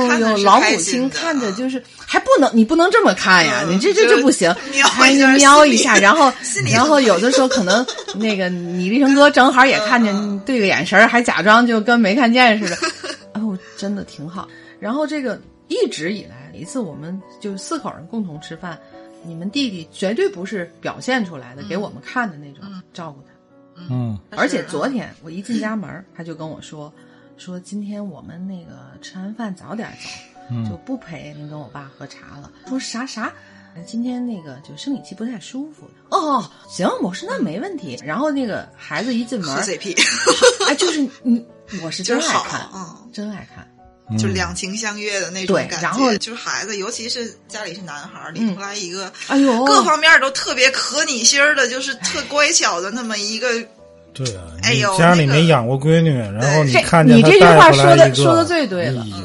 [SPEAKER 3] 你看着
[SPEAKER 2] 哟，
[SPEAKER 3] 是
[SPEAKER 2] 老
[SPEAKER 3] 开
[SPEAKER 2] 母
[SPEAKER 3] 心
[SPEAKER 2] 亲
[SPEAKER 3] 的
[SPEAKER 2] 看着
[SPEAKER 3] 啊
[SPEAKER 2] 就是还不能，你不能这么看呀，
[SPEAKER 3] 嗯
[SPEAKER 2] 你这这
[SPEAKER 3] 就
[SPEAKER 2] 这不行，
[SPEAKER 3] 瞄
[SPEAKER 2] 还
[SPEAKER 3] 一下
[SPEAKER 2] 得瞄
[SPEAKER 3] 心
[SPEAKER 2] 一
[SPEAKER 3] 里
[SPEAKER 2] 下，然后
[SPEAKER 3] 心里
[SPEAKER 2] 然
[SPEAKER 3] 很
[SPEAKER 2] 后有的时候可能那个你立成哥正好也看见，
[SPEAKER 3] 嗯嗯
[SPEAKER 2] 对个眼神儿，还假装就跟没看见似的，哎呦，真的挺好。然后这个一直以来，一次我们就四口人共同吃饭，你们弟弟绝对不是表现出来的，
[SPEAKER 3] 嗯
[SPEAKER 2] 给我们看的那种照顾他。
[SPEAKER 1] 嗯，
[SPEAKER 2] 而
[SPEAKER 3] 啊
[SPEAKER 2] 且昨天我一进家门儿， (laughs) 他就跟我说，说今天我们那个吃完饭早点走，
[SPEAKER 1] 嗯
[SPEAKER 2] 就不陪您跟我爸喝茶了。说啥啥？哎今天那个就生理期不太舒服。哦，行，我说那没问题。然后那个孩子一进门
[SPEAKER 3] (laughs) 磕
[SPEAKER 2] 儿，
[SPEAKER 3] CP
[SPEAKER 2] 哎，就是你，我是
[SPEAKER 3] (laughs) 就
[SPEAKER 2] 真
[SPEAKER 3] 是
[SPEAKER 2] 爱
[SPEAKER 3] 好，
[SPEAKER 2] 看，
[SPEAKER 3] 嗯。
[SPEAKER 2] 真爱看。
[SPEAKER 1] 嗯
[SPEAKER 3] 就两情相悦的那种
[SPEAKER 2] 对
[SPEAKER 3] 感觉，
[SPEAKER 2] 然后
[SPEAKER 3] 就是孩子，尤其是家里是男孩儿，
[SPEAKER 2] 嗯
[SPEAKER 3] 领出来一个
[SPEAKER 2] 哎呦，
[SPEAKER 3] 各方面都特别可你心儿的，就是特乖巧的那么一个，
[SPEAKER 1] 对啊，你
[SPEAKER 3] 哎呦
[SPEAKER 1] 家里
[SPEAKER 3] 那
[SPEAKER 1] 没
[SPEAKER 3] 个
[SPEAKER 1] 养过闺女，然后你
[SPEAKER 2] 这
[SPEAKER 1] 看见
[SPEAKER 2] 你
[SPEAKER 1] 他
[SPEAKER 2] 这句
[SPEAKER 1] 带
[SPEAKER 2] 话
[SPEAKER 1] 回来
[SPEAKER 2] 说的
[SPEAKER 1] 一个
[SPEAKER 2] 说的最对了
[SPEAKER 1] 哎呦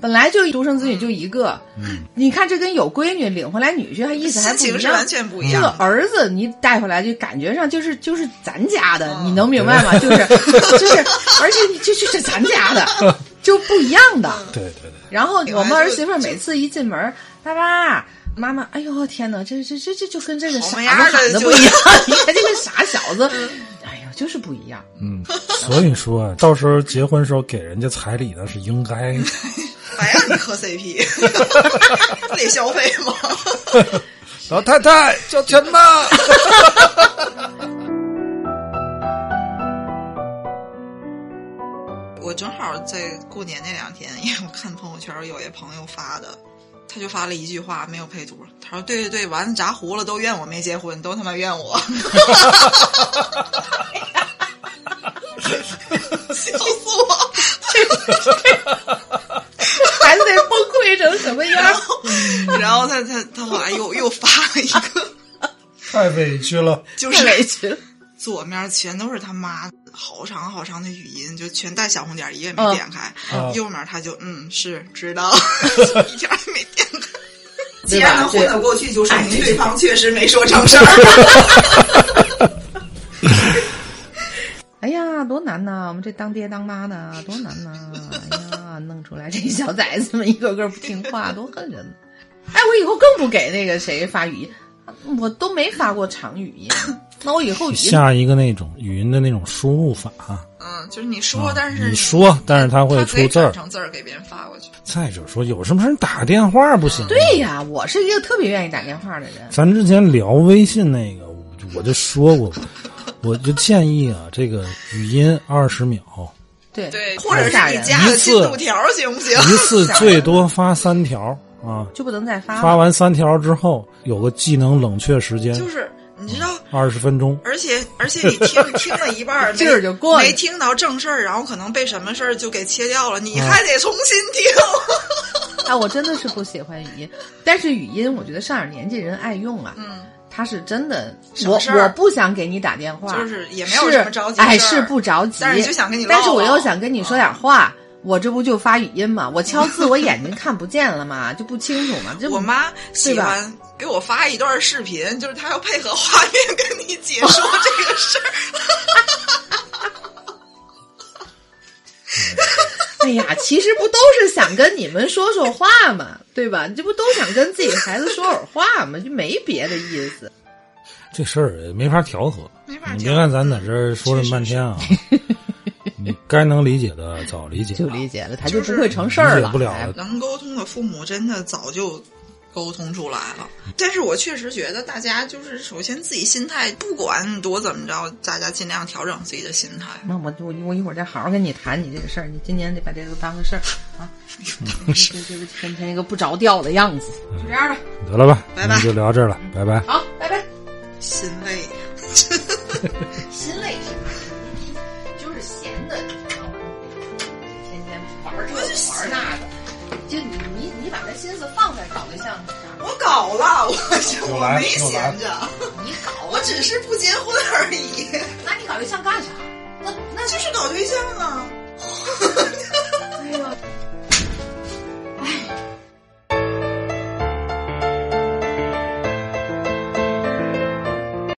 [SPEAKER 2] 本来就独生子女就一个，
[SPEAKER 1] 嗯
[SPEAKER 2] 你看这跟有闺女领回来女婿还意思还
[SPEAKER 3] 心
[SPEAKER 2] 不一
[SPEAKER 3] 情是
[SPEAKER 2] 样。
[SPEAKER 3] 完全不一
[SPEAKER 2] 这
[SPEAKER 3] 样
[SPEAKER 2] 个
[SPEAKER 3] 的。
[SPEAKER 2] 儿子你带回来就感觉上就是就是咱家的，
[SPEAKER 3] 嗯
[SPEAKER 2] 你能明
[SPEAKER 3] (laughs)
[SPEAKER 2] 白吗？就是就是，而且你这就是咱家
[SPEAKER 3] (laughs)
[SPEAKER 2] 的，就不一样的。
[SPEAKER 3] 嗯
[SPEAKER 1] 对对对，
[SPEAKER 2] 然后我们
[SPEAKER 3] 就
[SPEAKER 2] 儿媳妇儿每次一进门，爸爸妈妈，哎呦天哪，这这这这就跟这个傻
[SPEAKER 3] 好
[SPEAKER 2] 子
[SPEAKER 3] 模样儿的
[SPEAKER 2] 喊的
[SPEAKER 3] 就
[SPEAKER 2] 不一样，你看这个傻小子，哎呦就是不一样。
[SPEAKER 1] 嗯，所以说啊到时候结婚时候给人家彩礼那是应该
[SPEAKER 3] (laughs)
[SPEAKER 1] 的。
[SPEAKER 3] 白让你磕 (laughs) CP，不得消费吗？
[SPEAKER 1] 老太太交钱吧。
[SPEAKER 3] 我正好在过年那两天， (laughs) 因为我看朋友圈有一朋友发的，他就发了一句话，没有配图，他说：“对对对，丸子炸糊了，都怨我没结婚，都他妈怨我。” (laughs) 笑死我！
[SPEAKER 2] 孩子得崩溃成什么样？
[SPEAKER 3] 然后他他他后来又又发了一个，
[SPEAKER 1] (laughs) 太委屈了，
[SPEAKER 3] (laughs) 就是
[SPEAKER 2] 太委屈了。
[SPEAKER 3] 左面全都是他妈好长好长的语音，就全带小红点儿，一个也
[SPEAKER 2] 嗯
[SPEAKER 3] 没点开。
[SPEAKER 1] 嗯
[SPEAKER 2] (laughs)
[SPEAKER 3] 右面他就嗯是知道，一点儿也没点开。既
[SPEAKER 2] 对
[SPEAKER 3] 然能
[SPEAKER 2] 吧？
[SPEAKER 3] 混
[SPEAKER 2] 对
[SPEAKER 3] 得过去，就说明对方确实没说成事
[SPEAKER 2] (laughs)
[SPEAKER 3] 儿。
[SPEAKER 2] 哎呀，多难呐！我们这当爹当妈的多难呐！哎呀，弄出来这小崽子们一个个不听话，多恨人！哎，我以后更不给那个谁发语音，我都没发过长语音，那我以后语音
[SPEAKER 1] 下一个那种语音的那种输入法啊，
[SPEAKER 3] 嗯，就是你说，但是
[SPEAKER 1] 你说，但是它会
[SPEAKER 3] 它可以
[SPEAKER 1] 出字
[SPEAKER 3] 转
[SPEAKER 1] 儿。
[SPEAKER 3] 成字儿给别人发过去。
[SPEAKER 1] 再者说，有什么事打个电话不行？
[SPEAKER 2] 对呀，我是一个特别愿意打电话的人。
[SPEAKER 1] 咱之前聊微信那个，我就我就说过，我就建议啊，这个语音二十秒，
[SPEAKER 2] 对
[SPEAKER 3] 对，或者是
[SPEAKER 2] 吓
[SPEAKER 3] 你
[SPEAKER 2] 人
[SPEAKER 3] 加个
[SPEAKER 1] 一
[SPEAKER 3] 进
[SPEAKER 1] 次
[SPEAKER 3] 度条儿行不行？
[SPEAKER 1] 一次最多发三条啊。
[SPEAKER 2] 就不能再发
[SPEAKER 1] 发
[SPEAKER 2] 了。
[SPEAKER 1] 完三条之后，有个技能冷却时间，
[SPEAKER 3] (laughs) 就是你知道，
[SPEAKER 1] 二十分钟。
[SPEAKER 3] 而且而且你听听了一半儿，
[SPEAKER 2] 劲儿就过了
[SPEAKER 3] 没没听到正事儿，然后可能被什么事儿就给切掉了，你
[SPEAKER 1] 啊
[SPEAKER 3] 还得重新听。
[SPEAKER 2] (laughs) 哎，我真的是不喜欢语音，但是语音我觉得上点年纪人爱用啊。
[SPEAKER 3] 嗯，
[SPEAKER 2] 他是真的，
[SPEAKER 3] 省
[SPEAKER 2] 我
[SPEAKER 3] 事儿
[SPEAKER 2] 我不想给你打电话，
[SPEAKER 3] 就是也没有什么着急
[SPEAKER 2] 是哎，
[SPEAKER 3] 的事
[SPEAKER 2] 是
[SPEAKER 3] 儿
[SPEAKER 2] 不着急，
[SPEAKER 3] 但是就想跟你唠唠嗯
[SPEAKER 2] 但是我又想跟你说点话，我这不就发语音嘛？我敲字，我眼睛看不见了嘛，就不清楚嘛，这不
[SPEAKER 3] 我妈喜欢给我发一段视频，就是她要配合画面跟你解说这个事儿。
[SPEAKER 2] 哎呀，其实不都是想跟你们说说话嘛，对吧？你这不都想跟自己孩子说会儿话嘛，就没别的意思。
[SPEAKER 1] 这事儿也没法调和。
[SPEAKER 3] 没法调和
[SPEAKER 1] 你别看咱在这儿说这么半天啊，你该能理解的早理解，
[SPEAKER 2] 就理解了，他就
[SPEAKER 3] 就是
[SPEAKER 2] 不会成事儿
[SPEAKER 1] 理
[SPEAKER 2] 了，
[SPEAKER 1] 解不了
[SPEAKER 2] 哎
[SPEAKER 1] 了
[SPEAKER 3] 能沟通的父母真的早就沟通出来了，但是我确实觉得大家就是首先自己心态，不管多怎么着，大家尽量调整自己的心态。
[SPEAKER 2] 那我我我一会儿再好好跟你谈你这个事儿，你今年得把这个当个事儿啊，这这个天天一个不着调的样子，就这样吧，
[SPEAKER 1] 得了吧？
[SPEAKER 3] 拜拜
[SPEAKER 1] 那就聊这儿了，拜拜。
[SPEAKER 2] 好，拜拜。
[SPEAKER 3] 心累。
[SPEAKER 2] 心累是吧？就是闲的，你知道吗？天天玩这个玩那个，就你你你把那心思放在搞对象上，
[SPEAKER 3] 我搞了，我就
[SPEAKER 1] 又
[SPEAKER 3] 我
[SPEAKER 1] 来
[SPEAKER 3] 没
[SPEAKER 1] 又来
[SPEAKER 3] 闲着，
[SPEAKER 2] 你搞啊
[SPEAKER 3] 我，只是不结婚而已，
[SPEAKER 2] 那你搞对象干啥？那那
[SPEAKER 3] 就是搞对象啊。